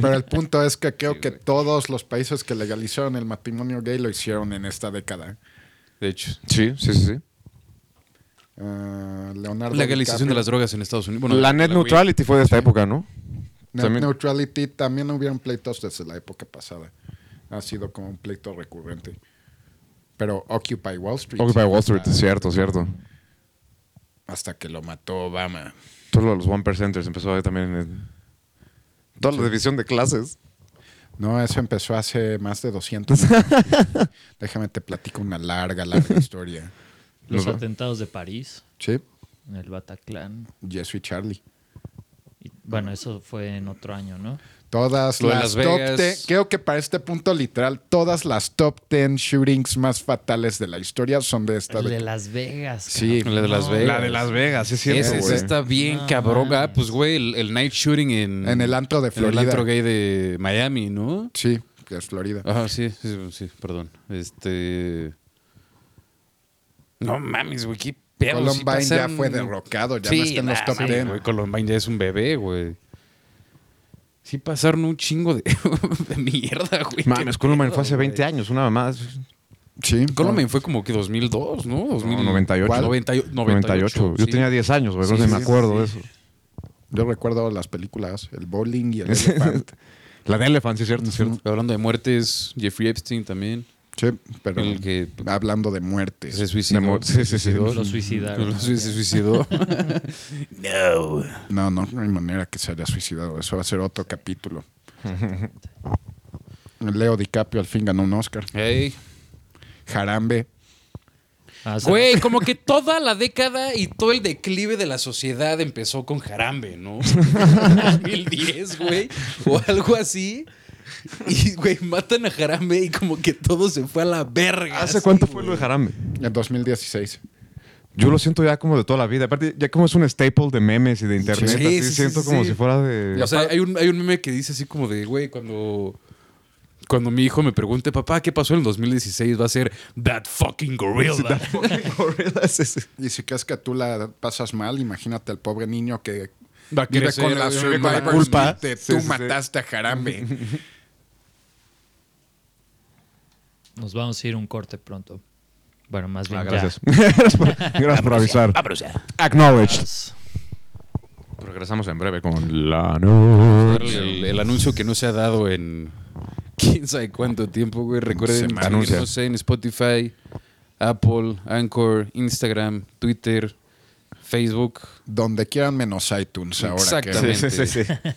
Pero el punto es que creo que todos los países que legalizaron el matrimonio gay lo hicieron en esta década. De hecho, Sí, sí, sí. sí. Eh, Leonardo legalización DiCaprio. de las drogas en Estados Unidos. Bueno, La net la weed. neutrality fue de esta época, ¿no? Net También- neutrality también hubieron pleitos desde la época pasada. Ha sido como un pleito recurrente. Pero Occupy Wall Street. Occupy Wall Street, hasta- es cierto, cierto. Hasta que lo mató Obama. Todo lo de los one percenters empezó ahí también. en- Toda la división de clases. No, eso empezó hace más de 200 Déjame te platico una larga, larga historia. Los No, no. atentados de París, Sí, en el Bataclan. Yes y Charlie. Y, bueno, eso fue en otro año, ¿no? Todas Lo de las Las top Vegas. 10, creo que para este punto literal, todas las top 10 shootings más fatales de la historia son de esta El de década. Las Vegas. Sí, cabrón. la de Las No, Vegas. La de Las Vegas, sí es cierto, Ese sí güey. está bien No cabrón. Ah, mames. pues, güey, el, el night shooting en... En el antro de en el Florida. antro gay de Miami, ¿no? Sí, que es Florida. Ajá, sí, sí, sí, perdón. Este... No mames, güey, qué pedo. sí Columbine ya pasaron- fue derrocado, ya no Sí, está en los nah, top sí, 10. güey, Columbine ya es un bebé, güey. Sí pasaron un chingo de, de mierda, güey. Mames, Columbine fue hace 20 años, una mamá. Sí. Columbine fue como que 2002, ¿no? 2000, 98. ¿Cuál? 98. 98. Yo sí. tenía 10 años, güey. Sí, no sé, sí, me acuerdo de eso. Yo recuerdo las películas, el bowling y el elefante. La de Elephant, sí es cierto, es cierto. Hablando de muertes, Jeffrey Epstein también. Sí, pero El que- hablando de muertes. Se De suicidó. mo- sí, sí, sí. Lo suicidaron. Lo sui- Se suicidó. No. No, no, no hay manera que se haya suicidado. Eso va a ser otro capítulo. Leo DiCaprio al fin ganó un Oscar. Ey. Jarambe. Ah, sí. Güey, como que toda la década y todo el declive de la sociedad empezó con Jarambe, ¿no? 2010, güey. O algo así. Y, güey, matan a Jarambe y como que todo se fue a la verga. ¿Hace así, cuánto fue lo güey. de Jarambe? En 2016. Yo lo siento ya como de toda la vida. Aparte, ya como es un staple de memes y de internet, Sí, así sí, sí, siento sí, como sí. si fuera O de... sea, hay un, hay un meme que dice así como de, güey, cuando, cuando mi hijo me pregunte, papá, ¿qué pasó en el 2016? Va a ser That fucking gorilla. Y si crees que tú la pasas mal, imagínate al pobre niño que Va a vive crecer con la, obviamente, sombra con la de culpa. de Sí, tú sí, sí. mataste a Jarambe. Nos vamos a ir un corte pronto. Bueno, más bien Ah, ya. gracias. gracias por, gracias por avisar. Vámonos Ah, ya. Acknowledged. Vámonos. Regresamos en breve con la noche. El, el anuncio que no se ha dado en quién sabe cuánto tiempo, güey. Recuerden Semanas. seguirnos en Spotify, Apple, Anchor, Instagram, Twitter, Facebook Donde quieran menos iTunes ahora. que- Exactamente.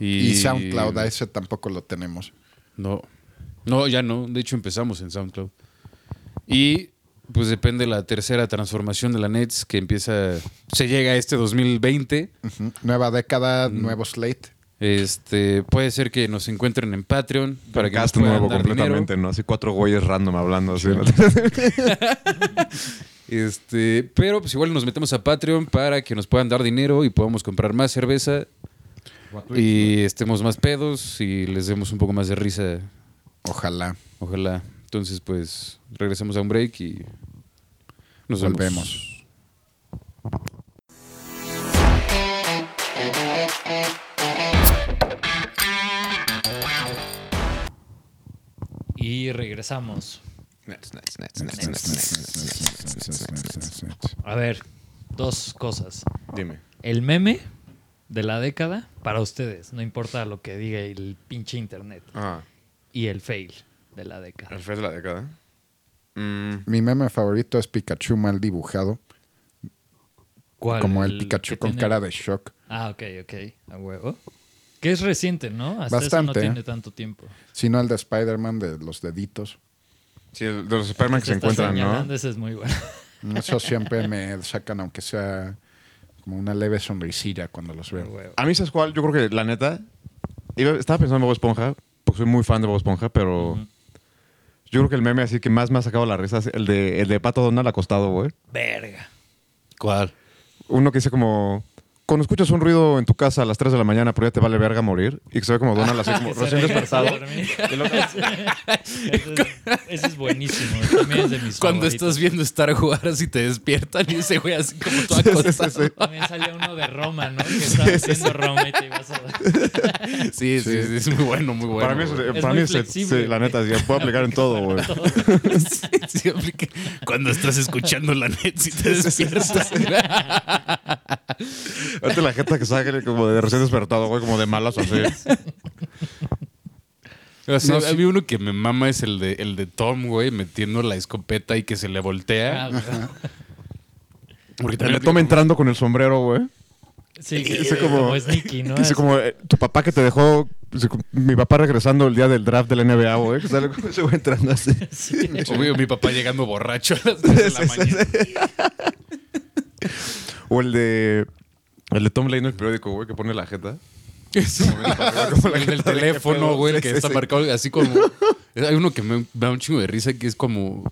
y, y SoundCloud, a ese tampoco lo tenemos. No. No, ya no. De hecho, empezamos en SoundCloud. Y pues depende la tercera transformación de la Nets que empieza. Se llega a este 2020. Ujú. Nueva década, Mm. nuevo slate. Este, puede ser que nos encuentren en Patreon para que nos Cast puedan nuevo dar dinero. completamente, ¿no? Así cuatro güeyes random hablando así. ¿no? Este, pero pues igual nos metemos a Patreon para que nos puedan dar dinero y podamos comprar más cerveza y estemos más pedos y les demos un poco más de risa, Ojalá. ojalá. Entonces, pues regresamos a un break y nos vemos. Volvemos. Y regresamos. A ver, dos cosas. Dime. El meme de la década para ustedes, no importa lo que diga el pinche internet. Ah, Y el fail de la década. el fest de la década. Mm, Mi meme favorito es Pikachu mal dibujado, ¿Cuál? como el Pikachu que con tiene- cara de shock. Ah, ok, ok. A huevo. Que es reciente, ¿no? Hasta Bastante, Eso no ¿eh? tiene tanto tiempo. Sino el de Spider-Man de los deditos. sí, el de los Spider-Man que se Ese está encuentran, señalando, ¿no? Ese es muy bueno. Mm, Eso siempre me sacan, aunque sea como una leve sonrisilla cuando los A veo. huevo. A mí, ¿sabes cuál? Yo creo que, la neta, iba- estaba pensando en Bob Esponja, porque soy muy fan de Bob Esponja, pero yo creo que el meme así que más me ha sacado la risa es el de, el de Pato Donald acostado, güey. Verga. ¿Cuál? Uno que dice como... Cuando escuchas un ruido en tu casa a las 3 de la mañana, pero ya te vale verga morir. Y que se ve como Donald así como Que se recién regresa a despertado. dormir. Y luego- Ese es, ese es buenísimo. También es de mis Cuando favoritos. estás viendo Star Wars y te despiertan y ese güey así como todo Sí, sí, sí, acostado. sí. También salía uno de Roma, ¿no? Que estaba haciendo Roma y te ibas a... Sí, sí, sí, es muy bueno, muy bueno. para mí, güey. es, Es para muy mí es- flexible. sí, la neta, sí, puedo aplicar en todo, güey. Sí, sí, aplica. Cuando estás escuchando la net, si te despiertas. Vete la jeta que sale como de recién despertado, güey, como de malas así. O sea, No, a mí uno que me mama es el de, el de Tom, güey, metiendo la escopeta y que se le voltea. Ah, güey. porque El también de Tom entrando con el sombrero, güey. Sí, que- Ese como, como- es Nicky, ¿no? Dice Así. como eh, tu papá que te dejó. dice, como, Mi papá regresando el día del draft del NBA, güey. Que sale como ese güey entrando así. Sí. Obvio, mi papá llegando borracho a las 3 de la mañana. O el de. El de Tom leyendo el periódico, güey, que pone la jeta. el del teléfono, güey, el que Sí, sí, está sí. marcado así como... Hay uno que me da un chingo de risa que es como...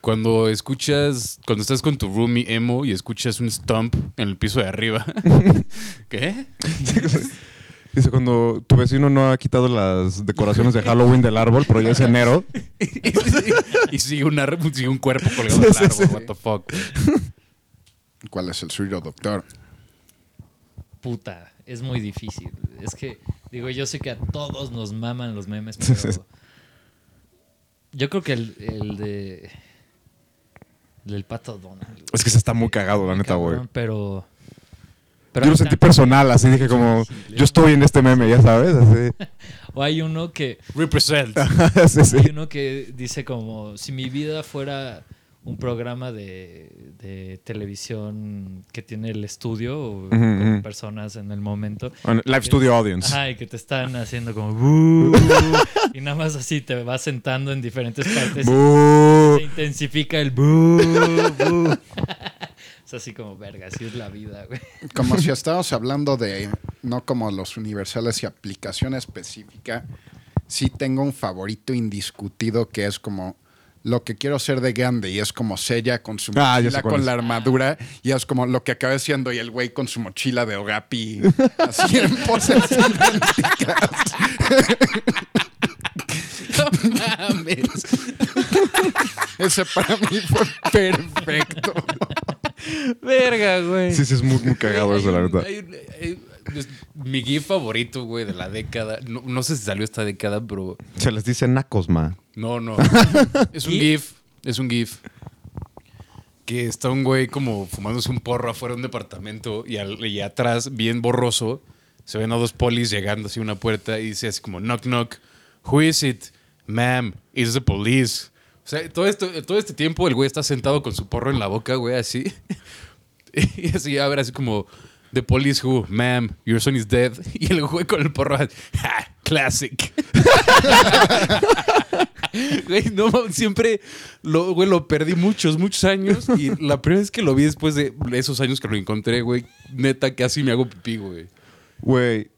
Cuando escuchas, cuando estás con tu roomie emo y escuchas un stomp en el piso de arriba. ¿Qué? Dice cuando tu vecino no ha quitado las decoraciones de Halloween del árbol, pero ya es enero. y, y sigue, un ar- sigue un cuerpo colgado del árbol. What the fuck. ¿Cuál es el suyo, doctor? Puta, es muy difícil. Es que, digo, yo sé que a todos nos maman los memes, pero... Yo creo que el, el de... El del pato Donald. güey. Es que se está muy cagado, la neta, güey. Cabrón, Pero... Yo lo sentí personal, así dije como, yo estoy en este meme, ya sabes, así. O hay uno que... Represent. Sí, sí. Hay uno que dice como, si mi vida fuera un programa de, de televisión que tiene el estudio o con ujú. personas en el momento. Bueno, Live Studio Audience. Ajá, y que te están haciendo como... "Bú", bú, y nada más así te vas sentando en diferentes partes. y Bú. se intensifica el... bú, bú. es así como, verga, así es la vida, güey. Como si estábamos hablando de no como los universales y aplicación específica, sí tengo un favorito indiscutido que es como lo que quiero ser de grande y es como Sella con su Ah, ya mochila sé cuál con es. la armadura y es como lo que acabé siendo y el güey con su mochila de Ogapi así en poses idénticas. Ese para mí fue perfecto. Verga, güey. Sí, sí, es muy, muy cagado Hay eso, la un- verdad. hay un- hay- es mi gif favorito, güey, de la década. No, no sé si salió esta década, pero. Se les dice nacos, ma. No, no. es un gif. Es un gif. Que está un güey como fumándose un porro afuera de un departamento y, al- y atrás, bien borroso, se ven a dos polis llegando así a una puerta y dice así como knock knock. Who is it? Ma'am, it's the police. O sea, todo, esto, todo este tiempo el güey está sentado con su porro en la boca, güey, así. Y así, a ver, así como, The police who, ma'am, your son is dead. Y el güey con el porro, ja, classic. Güey, no, mames, siempre lo, güey, lo perdí muchos, muchos años. Y la primera vez que lo vi después de esos años que lo encontré, güey, neta, casi me hago pipí, güey. Güey,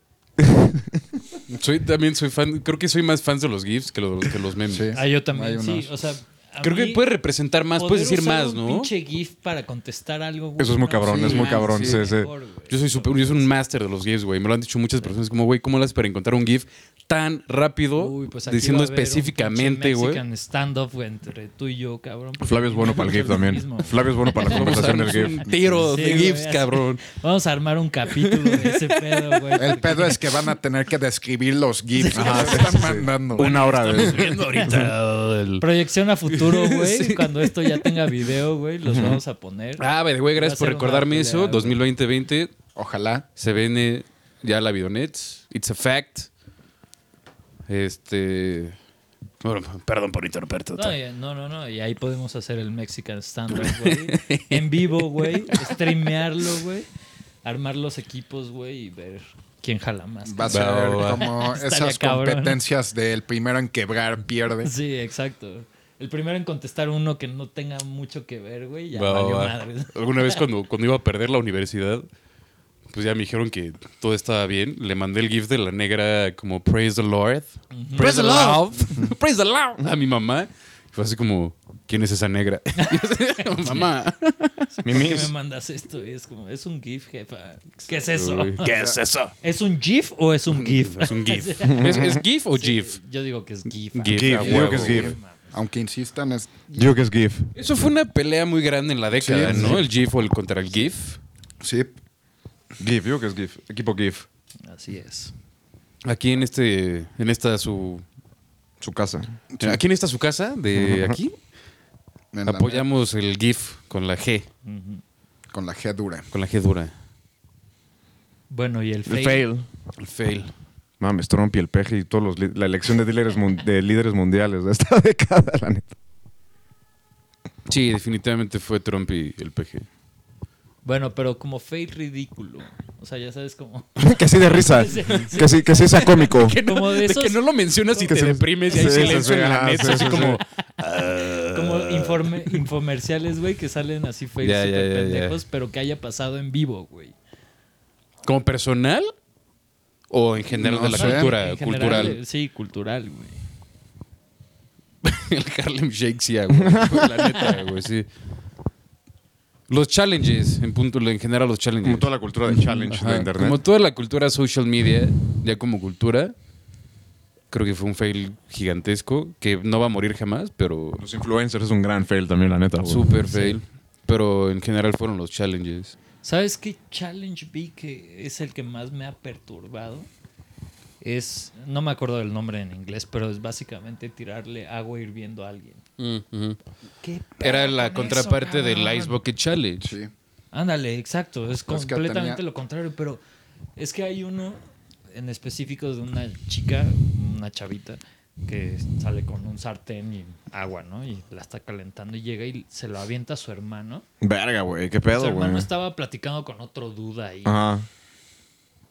Soy, también soy fan, creo que soy más fan de los GIFs que los, que los memes. Sí. Ah, yo también, Hay sí. unos- O sea, a Creo que mí puedes representar más, poder puedes decir usar más, un ¿no? pinche GIF para contestar algo. güey, Eso es muy no, cabrón, sí, es muy mames, cabrón, sí, sí. mejor, güey. Yo soy super, yo soy un máster de los GIFs, güey. Me lo han dicho muchas personas como, güey, ¿cómo las para encontrar un GIF tan rápido? Uy, pues aquí diciendo va a haber un específicamente, pinche güey. Mexican stand-up güey, entre tú y yo, cabrón. porque Pues Flavio es bueno para el GIF es lo también. mismo. Flavio es bueno para la Vamos a conversación del darnos un GIF. tiro Sí, de güey, GIFs, así. cabrón. Vamos a armar un capítulo de ese pedo, güey. El porque- pedo es que van a tener que describir los GIFs que Ajá, se sí, están sí, sí. mandando. Una hora de... Viendo ahorita el- Proyección a futuro, güey. Cuando esto ya tenga video, güey, los vamos a poner. Ah, güey, güey, Va a gracias por ser una recordarme pelea, eso. güey. 2020-20 Ojalá. se viene ya la Videonets. It's a fact. Este... Bueno, perdón por interrumpirte. No, y- no, no, no. Y ahí podemos hacer el Mexican stand-up, güey. en vivo, güey. Streamearlo, güey. Armar los equipos, güey, y ver quién jala más. Va a ser va. como Estaría esas cabrón. competencias del primero en quebrar pierde. Sí, exacto. El primero en contestar uno que no tenga mucho que ver, güey, ya Va, valió va. madre. Alguna vez cuando, cuando iba a perder la universidad, pues ya me dijeron que todo estaba bien. Le mandé el GIF de la negra como Praise the Lord. Praise the Lord. Praise the Lord. A mi mamá. Y fue así como, ¿quién es esa negra? Y yo así, mamá. ¿Por qué me mandas esto? Y es como, es un GIF, jefa. ¿Qué es eso? Uy. ¿Qué es eso? ¿Es un GIF o es un GIF? Es un GIF. ¿Es, es GIF o GIF? Yo digo que es GIF. GIF. GIF, a yo creo que huevo. es GIF. Aunque insistan, es Yo creo que es GIF. Eso fue una pelea muy grande en la década, Sí, ¿no? sí. El GIF o el contra el GIF. sí, GIF, yo creo que es GIF. Equipo GIF. Así es. Aquí en este, en esta su, Su casa. aquí en esta su casa de aquí en la- apoyamos el GIF con la G, con la G dura. con la G dura. Bueno, y el fail. El fail. El fail. Mames, Trump y el peje y todos los... li- La elección de líderes, mun- de líderes mundiales de esta década, la neta. Sí, definitivamente fue Trump y el PG. Bueno, pero como fail ridículo. O sea, ya sabes como... Que así de risa. Sí, sí. Que así, que así sea cómico. Como de esos- que no lo mencionas y te se- deprimes y hay Sí, sí, silencio sí, en la ah, mesa, sí, así sí, como Como informe, infomerciales, güey, que salen así fails Ya, ya, super ya, ya. pendejos, pero que haya pasado en vivo, güey. como personal o en general No de la sé. cultura En general, cultural. eh, Sí, cultural, güey. El Harlem Shake sí, ah, güey. La neta, güey, sí. Los challenges, en punto, en general los challenges. Como toda la cultura del challenge Ajá, de internet. Como toda la cultura social media, ya como cultura, creo que fue un fail gigantesco que no va a morir jamás, pero Los influencers es un gran fail también, la neta. güey. super fail. Pero en general fueron los challenges. ¿Sabes qué challenge vi que es el que más me ha perturbado? Es, no me acuerdo del nombre en inglés, pero es básicamente tirarle agua hirviendo a alguien. ¿Qué Era pedo la con eso, contraparte del cabrón? Ice Bucket Challenge. Sí. Ándale, exacto, es Pues que completamente tenía- lo contrario, pero es que hay uno en específico de una chica, una chavita, que sale con un sartén y agua, ¿no? Y la está calentando y llega y se lo avienta a su hermano. Verga, güey. Qué su pedo, hermano güey. estaba platicando con otro duda ahí Ajá.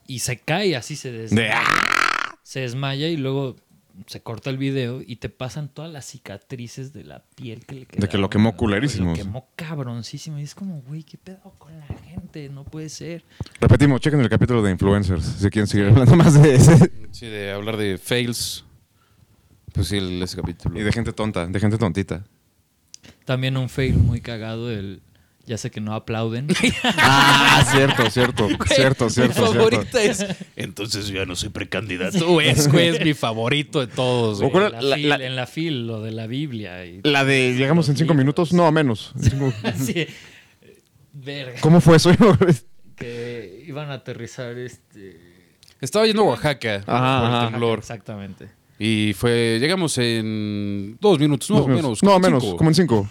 y se cae así, se De- ¡ah! desmaya, se desmaya y luego se corta el video y te pasan todas las cicatrices de la piel que le que lo quedaron, quemó güey. Lo culerísimo. quemó cabroncísimo y es como, güey, ¿qué pedo con la gente? gente, no puede ser. Repetimos, chequen el capítulo de influencers, si quieren seguir hablando más de ese. Sí, de hablar de fails. Pues sí, el- ese capítulo. Y de gente tonta, de gente tontita. También un fail muy cagado, el ya sé que no aplauden. Ah, cierto, cierto, cierto, mi cierto, cierto. favorita es. Entonces yo ya no soy precandidato. Tú es, Pues, güey, es mi favorito de todos, ¿O güey. cuál en, la la- fil, la- en la fil, lo de la Biblia. y- La de llegamos en cinco minutos, no, menos. Sí. Verga. ¿Cómo fue eso? Que iban a aterrizar este. Estaba yendo a Oaxaca Ajá, por el Ah, ajá. temblor. Exactamente. Y fue, llegamos en dos minutos, no, Más o menos. No, como menos, cinco. como en cinco.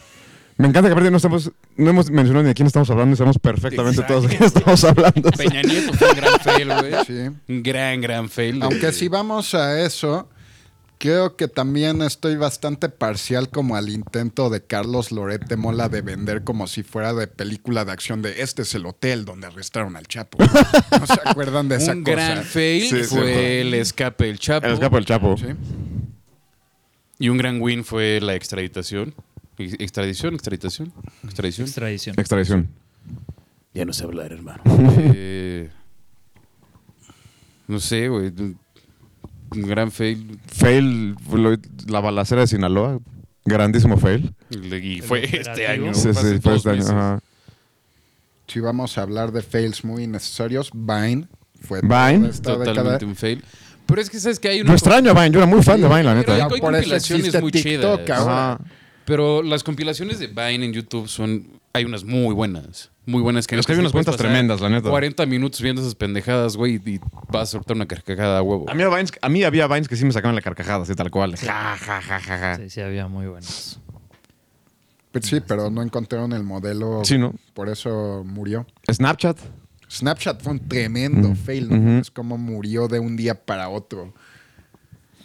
Me encanta que aparte no, estamos, no hemos mencionado ni de quién estamos hablando y sabemos perfectamente todos de quién estamos hablando. Peña Nieto fue un gran fail, güey. Sí. Un gran, gran fail. Aunque Eh, si vamos a eso, creo que también estoy bastante parcial como al intento de Carlos Loret de Mola de vender como si fuera de película de acción de este es el hotel donde arrestaron al Chapo. ¿No se acuerdan de esa Un cosa? gran fail Sí, fue cierto. el escape del Chapo. El escape del Chapo. Sí. Y un gran win fue la extraditación. Ex- Extradición, extraditación, extradición. Extradición. Extradición. Ya no sé hablar, hermano. Eh, no sé, güey. Un un gran fail. Fail, lo- la balacera de Sinaloa. Grandísimo fail. Y fue este operativo? año. Sí, hace sí, fue dos este año, meses. ajá. Si vamos a hablar de fails muy innecesarios, Vine fue Vine. toda esta década. Totalmente un fail. Pero es que sabes que hay una. Yo extraño a Vine, yo era muy fan de Vine, la Pero neta. ¿eh? hay por eso compilaciones existe muy TikTok, chidas. ahora. Ajá. Pero las compilaciones de Vine en YouTube son. Hay unas muy buenas. Muy buenas que Es que hay neta unas te puedes cuentas pasar tremendas, la neta. 40 minutos viendo esas pendejadas, güey, y vas a soltar una carcajada a huevo. A mí, a Vines- a mí había Vines que sí me sacaban la carcajada, así tal cual. Ja, ja, ja, ja, ja. Sí, sí, había muy buenos. Pues sí, pero no encontraron el modelo. Sí, ¿no? Por eso murió. Snapchat. Snapchat fue un tremendo fail. ¿no? ujú. Es como murió de un día para otro.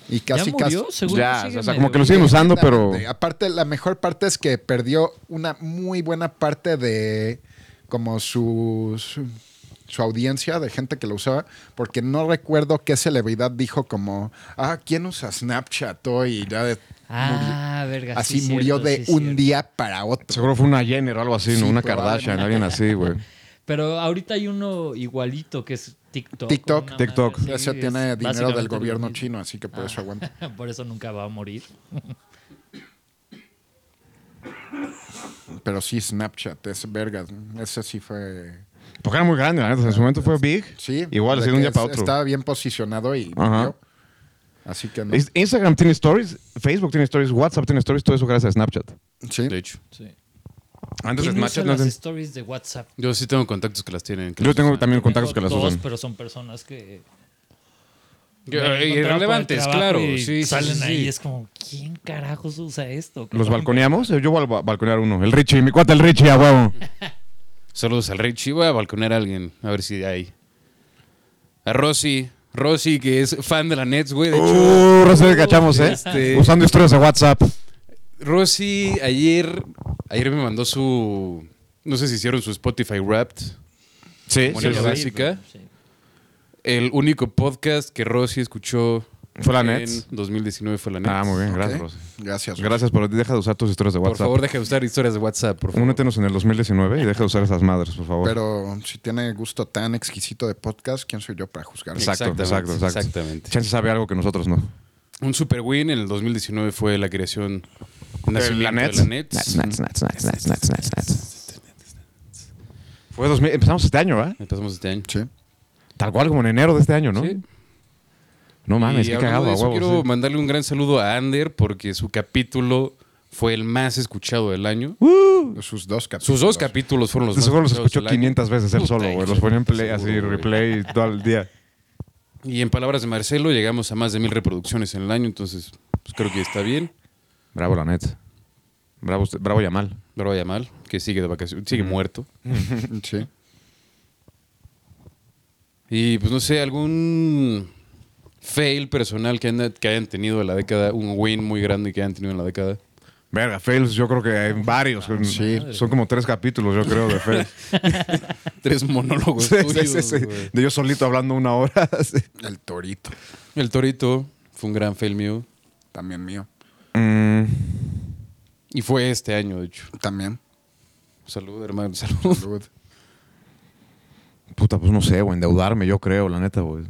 Y casi ¿Ya murió? casi. Según Pues ya, yo sigue o sea, medio como que lo siguen usando, pero. Exactamente. Aparte, la mejor parte es que perdió una muy buena parte de como su, su, su audiencia de gente que lo usaba, porque no recuerdo qué celebridad dijo como, ah, ¿quién usa Snapchat hoy? Y ya de- Ah, verga. así sí, murió cierto, de sí, un cierto. día para otro. Seguro fue una Jenner o algo así, ¿no? Sí, Una probablemente. Kardashian, alguien así, güey. Pero ahorita hay uno igualito que es TikTok. TikTok, una TikTok. madre así, Ese es tiene dinero básicamente del lo gobierno mismo. Ah. chino, así que por eso aguanta. Por eso nunca va a morir. Pero sí, Snapchat, es vergas. Ese sí fue. Porque era muy grande, la neta. En su momento fue big. Sí. Igual, de así de un que día para es- otro. Estaba bien posicionado y. Ajá. murió. Así que no. Es- Instagram tiene stories, Facebook tiene stories, WhatsApp tiene stories, todo eso gracias a Snapchat. Sí. De hecho. Antes ¿Quién de usa Snapchat no las ten- stories de WhatsApp? Yo sí tengo contactos que las tienen. que Yo las tengo usan. también contactos que Tengo las dos, usan. pero son personas que... me he Que- encontrado por el eh, Irrelevantes, trabajo claro. y Sí, sí, salen sí, sí. ahí y es como, ¿quién carajos usa esto? ¿Los cabrón? balconeamos? Yo voy a ba- balconear uno. El Richie, mi cuate el Richie, a huevo. Saludos al Richie. Voy a balconear a alguien. A ver si hay. A Rosy. Rosy, que es fan de la Nets, güey. De hecho, Uh, Rosel, cachamos, ¿eh? Este- Usando historias de WhatsApp. Este, Rosy ayer, ayer me mandó su... No sé si hicieron su Spotify Wrapped. Sí, Bueno, sí, sí. ya ves. básica. Sí. El único podcast que Rosy escuchó... ¿Fue la en Nets? 2019 fue la Nets. Ah, muy bien, Ok. gracias, Rosy. Gracias. Gracias por deja de usar tus historias de Por WhatsApp. favor, deja de usar historias de WhatsApp, por favor. Únetenos en el 2019 y deja de usar esas madres, por favor. Pero si tiene gusto tan exquisito de podcast, ¿quién soy yo para juzgar? Exacto, Exactamente, exacto, exacto. exactamente. Chance sabe algo que nosotros no. Un super win en el 2019 fue la creación... nacimiento de Nets? la Nets. Nuts, nuts, nuts, nuts, nuts, nuts, nuts, nuts. Fue 2000, empezamos este año, ¿verdad? Empezamos este año. Sí. Tal cual como en enero de este año, ¿no? Sí. No mames, Y qué hablando cagado, ¿eh? a de eso, huevo. Quiero sí. mandarle un gran saludo a Ander porque su capítulo fue el más escuchado del año. Uh, Sus dos capítulos. Sus dos capítulos fueron los De más seguro los escuchados escuchó del año. 500 veces él Puta, solo, güey. hijo Los ponía en de puta, play, así, seguro, güey. replay todo el día. Y en palabras de Marcelo, llegamos a más de mil reproducciones en el año, entonces pues, creo que está bien. Bravo, la net. Bravo, usted- bravo Yamal. Bravo Yamal, que sigue de vacaciones, sigue muerto. Sí. Y pues no sé, algún fail personal que, anda- que hayan tenido en la década, un win muy grande que hayan tenido en la década. Verga, Fails, yo creo que hay varios. Sí. Son como tres capítulos, yo creo, de Fails. Tres monólogos Sí, sí, tuyos, sí, sí. Pues güey. De yo solito hablando una hora. sí. El torito. El Torito fue un gran fail mío. También mío. Mm, Y fue este año, de hecho. También. Salud, hermano, salud. Salud. Puta, pues no sé, güey, endeudarme, yo creo, la neta, güey.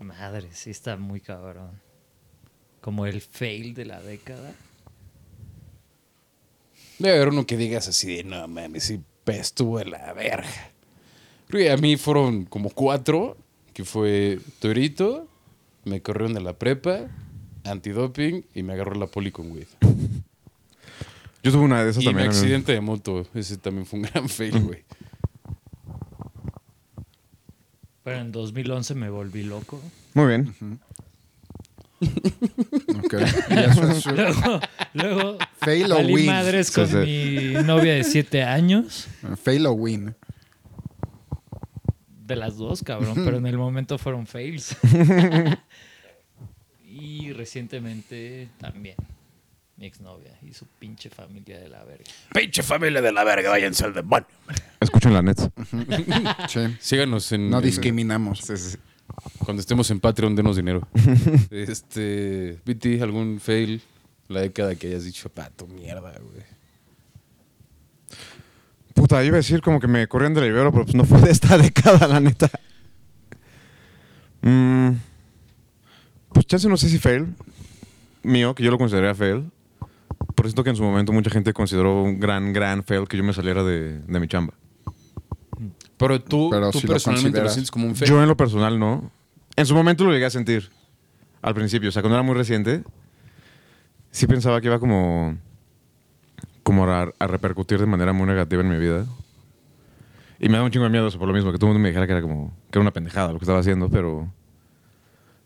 Madre, sí está muy cabrón. Como el fail de la década. Debe haber uno que digas así de, no mames, sí, estuvo de la verga. Porque a mí fueron como cuatro, que fue Torito, me corrieron de la prepa, antidoping y me agarró la poli con weed. Yo tuve una de esas Y mi también. amigo. accidente de moto, ese también fue un gran fail, güey. Pero en 2011 me volví loco. Muy bien. Ok. Y eso es su- Luego, luego Fail o valí win. madres con Sí, sí. mi novia de 7 años. Fail o win. De las dos, cabrón. Pero en el momento fueron fails. y recientemente también. Mi exnovia y su pinche familia de la verga. Pinche familia de la verga, váyanse al demonio. Escuchen la neta. Sí. Síganos en... No en- discriminamos. Cuando estemos en Patreon, denos dinero. este. Viti, ¿algún fail? La década que hayas dicho, pato, mierda, güey. Puta, iba a decir como que me corrían del libero, pero pues no fue de esta década, la neta. Mm, pues chance no sé si fail. Mío, que yo lo consideraría fail. Por siento que en su momento mucha gente consideró un gran, gran fail que yo me saliera de, de mi chamba. Pero tú, Pero tú si lo personalmente lo, consideras. sientes como un fail. Yo en lo personal no. En su momento lo llegué a sentir. Al principio, o sea, cuando era muy reciente, sí pensaba que iba como, como a, a repercutir de manera muy negativa en mi vida. Y me da un chingo de miedo eso por lo mismo, que todo el mundo me dijera que era como que era una pendejada lo que estaba haciendo, pero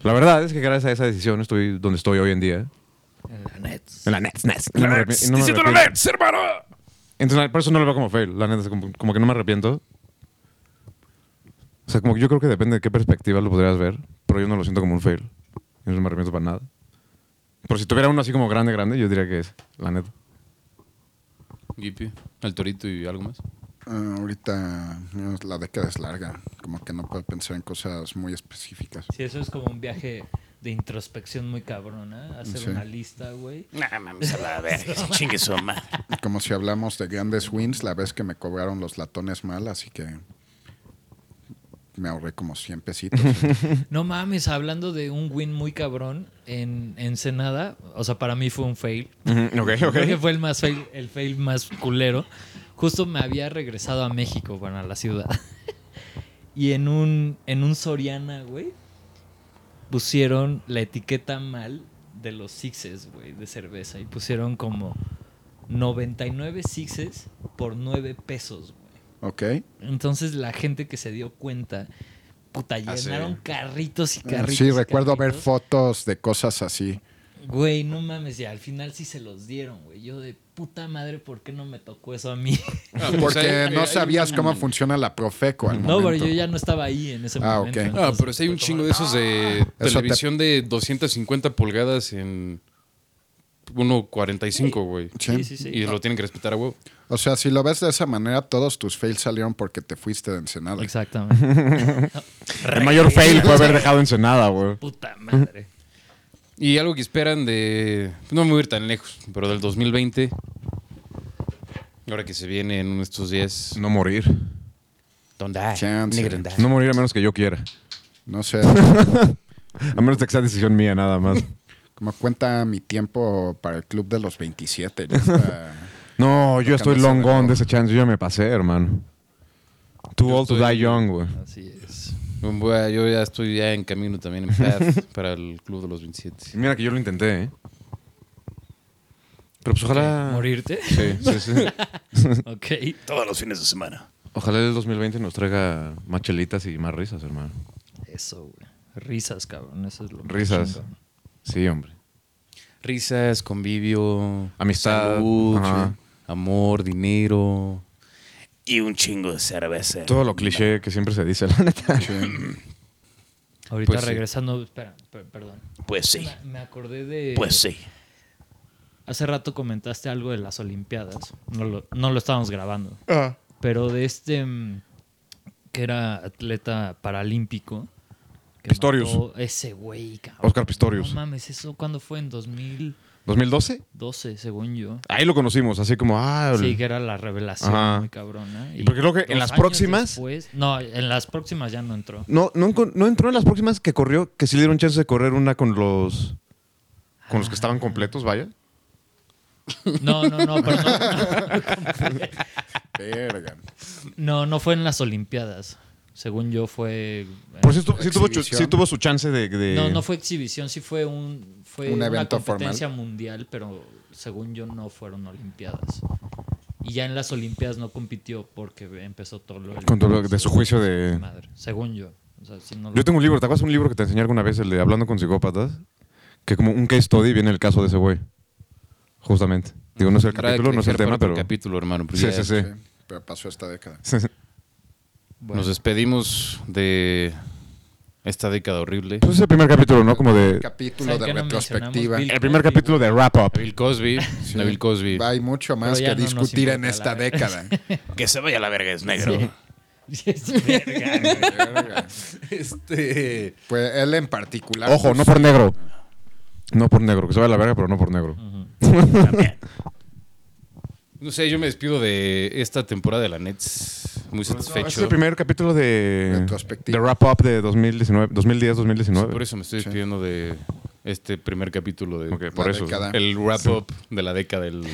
la verdad es que gracias a esa decisión estoy donde estoy hoy en día. En la Nets. En la Nets, Nets. No me arrepi- no me arrepiento. hermano! Entonces, por eso no lo veo como fail. La neta, es como, como que no me arrepiento. O sea, como que yo creo que depende de qué perspectiva lo podrías ver. Pero yo no lo siento como un fail. Yo no me arrepiento para nada. Pero si tuviera uno así como grande, grande, yo diría que es, la neta. Gipi, al torito y algo más. Ah, ahorita no, la década es larga. Como que no puedo pensar en cosas muy específicas. Sí, eso es como un viaje de introspección muy cabrona. Hacer Sí. una lista, güey. Nah, mames, a la verga. Chingue su madre. Como si hablamos de grandes wins, la vez que me cobraron los latones mal, así que me ahorré como 100 pesitos. No mames, hablando de un win muy cabrón en Ensenada, o sea, para mí fue un fail. ok, Creo que fue el más fail, el fail más culero. Justo me había regresado a México, bueno, a la ciudad. Y en un, en un Soriana, güey, pusieron la etiqueta mal de los sixes, güey, de cerveza. Y pusieron como 99 sixes por 9 pesos, güey. ¿Ok? Entonces la gente que se dio cuenta, puta, llenaron carritos y carritos. Ah, sí, y recuerdo ver carritos. fotos de cosas así. Güey, no mames, y al final sí se los dieron, güey. Yo de puta madre, ¿por qué no me tocó eso a mí? Ah, pues pues Porque no sabías cómo funciona la Profeco al No, pero momento. yo ya no estaba ahí en ese Ah, momento. ok. Ah, entonces, pero si hay un fue chingo como, de esos de Eso te- televisión de 250 pulgadas en 1.45, güey. Sí, sí, sí. Y lo tienen que respetar a huevo. O sea, si lo ves de esa manera, todos tus fails salieron porque te fuiste de Ensenada. Exactamente. El mayor fail fue haber dejado Ensenada, güey. Puta madre. Y algo que esperan de. No me voy a ir tan lejos, pero del 2020. Ahora que se viene en uno de estos días. No morir. Don't die. Chance. Nigga, don't die. No morir a menos que yo quiera. No sé, A menos de que sea decisión mía, nada más. como cuenta mi tiempo para el club de los 27. ya está. No, yo estoy Tocando long ese gone reloj. de ese chance. Yo ya me pasé, hermano. Too Yo old to estoy- die young, güey. Así es. Bueno, mm, yo ya estoy ya en camino también en paz para el Club de los 27. Mira que yo lo intenté, ¿eh? Pero pues ojalá... ¿Morirte? Sí, sí, sí. Ok. Todos los fines de semana. Ojalá el 2020 nos traiga más chelitas y más risas, hermano. Eso, güey. Risas, cabrón. Eso es lo más Risas. chingón. Sí, hombre. Risas, convivio, Amistad, salud, ajá. amor, dinero. Y un chingo de cerveza. Todo lo cliché que siempre se dice, la neta. Ahorita Pues sí. regresando, espera, per- perdón. Pues sí. Me- Me acordé de. Pues sí. Hace rato comentaste algo de las Olimpiadas. No lo, no lo estábamos grabando. Pero de este mm, que era atleta paralímpico. que Pistorius. mató Ese güey, cabrón. Oscar Pistorius. No mames, eso cuando fue en 2000. ¿2012? 12, según yo. Ahí lo conocimos, así como, ah, Sí, que era la revelación Ajá. muy cabrona. Y porque creo que en dos las años próximas- después- no, en las próximas ya no entró. No, no, encon- no entró en las próximas que corrió, que sí le dieron chance de correr una con los. Ah. Con los que estaban completos, vaya. No, no, no, pero no, Verga. no, no fue en las Olimpiadas. Según yo fue... Por cierto, sí tuvo, chu- Exhibición. sí tuvo su chance de. de- Eh, No, no fue exhibición, sí fue un fue Un una evento competencia mundial, pero según yo no fueron olimpiadas. Y ya en las olimpiadas no compitió porque empezó todo lo del- Con todo lo- de su juicio de- madre, según yo. O sea, sí no lo- Yo tengo un libro, ¿te acuerdas un libro que te enseñé alguna vez, el de Hablando con psicópatas? Que como un case study viene el caso de ese güey. Justamente. Digo, no es el Tendrá que capítulo, no es el dejar para tema, otro pero. capítulo, hermano. porque Sí, ya sí, Sí. sí. Pero pasó esta década. Bueno, Nos despedimos de esta década horrible. Pues es el primer capítulo, ¿no? Como de. Capítulo ¿saben de qué no retrospectiva. mencionamos? Bill El primer Cosby, capítulo de Wrap Up. Bill Cosby. la Bill Cosby. Hay mucho más Pero ya que no nos discutir en importa la esta verga. década. Que se vaya a la verga, es negro. Sí, es verga, güey. Verga. Este. Pues él en particular. Ojo, pues, no por negro. No por negro, que se va a la verga, pero no por negro. También. No sé, yo me despido de esta temporada de la Nets. Muy satisfecho. Es el primer capítulo de. Retrospectiva. De Wrap Up de 2019, 2010, Sí, 2019. por eso me estoy despidiendo de este primer capítulo de Ok, por La eso. década. el wrap up de la década del.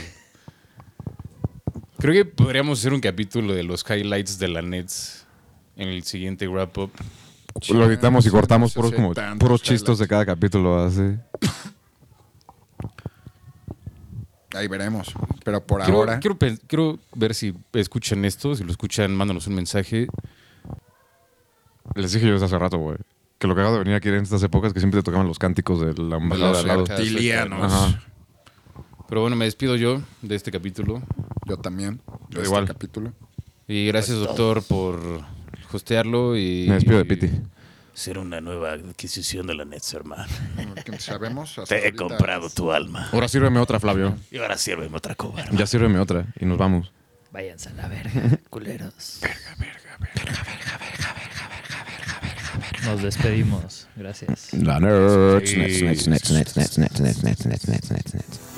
Creo que podríamos hacer un capítulo de los highlights de la Nets en el siguiente wrap up. Lo editamos y cortamos No sé puros, si como, tantos puros chistos de highlights. cada capítulo, así. Ahí veremos. Pero por Quiero, ahora. quiero pen- quiero ver si escuchan esto. Si lo escuchan, mándanos un mensaje. Les dije yo desde hace rato, güey. Que lo que acaba de venir aquí en estas épocas que siempre te tocaban los cánticos de la embajada los al lado. arcas. Reptilianos. Ajá. Pero bueno, me despido yo de este capítulo. Yo también. Yo de igual. Este capítulo. Y gracias, doctor, por hostearlo. Y, Me despido de Piti. Ser una nueva adquisición de la Nets, hermano. Porque sabemos. Pues hasta Te he ahorita- comprado tu alma. Ahora sírveme otra, Flavio. Y ahora sírveme otra coba, hermano. Ya sírveme otra y nos vamos. Váyanse a la verga, culeros. Nos despedimos. Gracias. La Nerds. Snatch, snatch, snatch, snatch, snatch, snatch, snatch, snatch, snatch, snatch, snatch.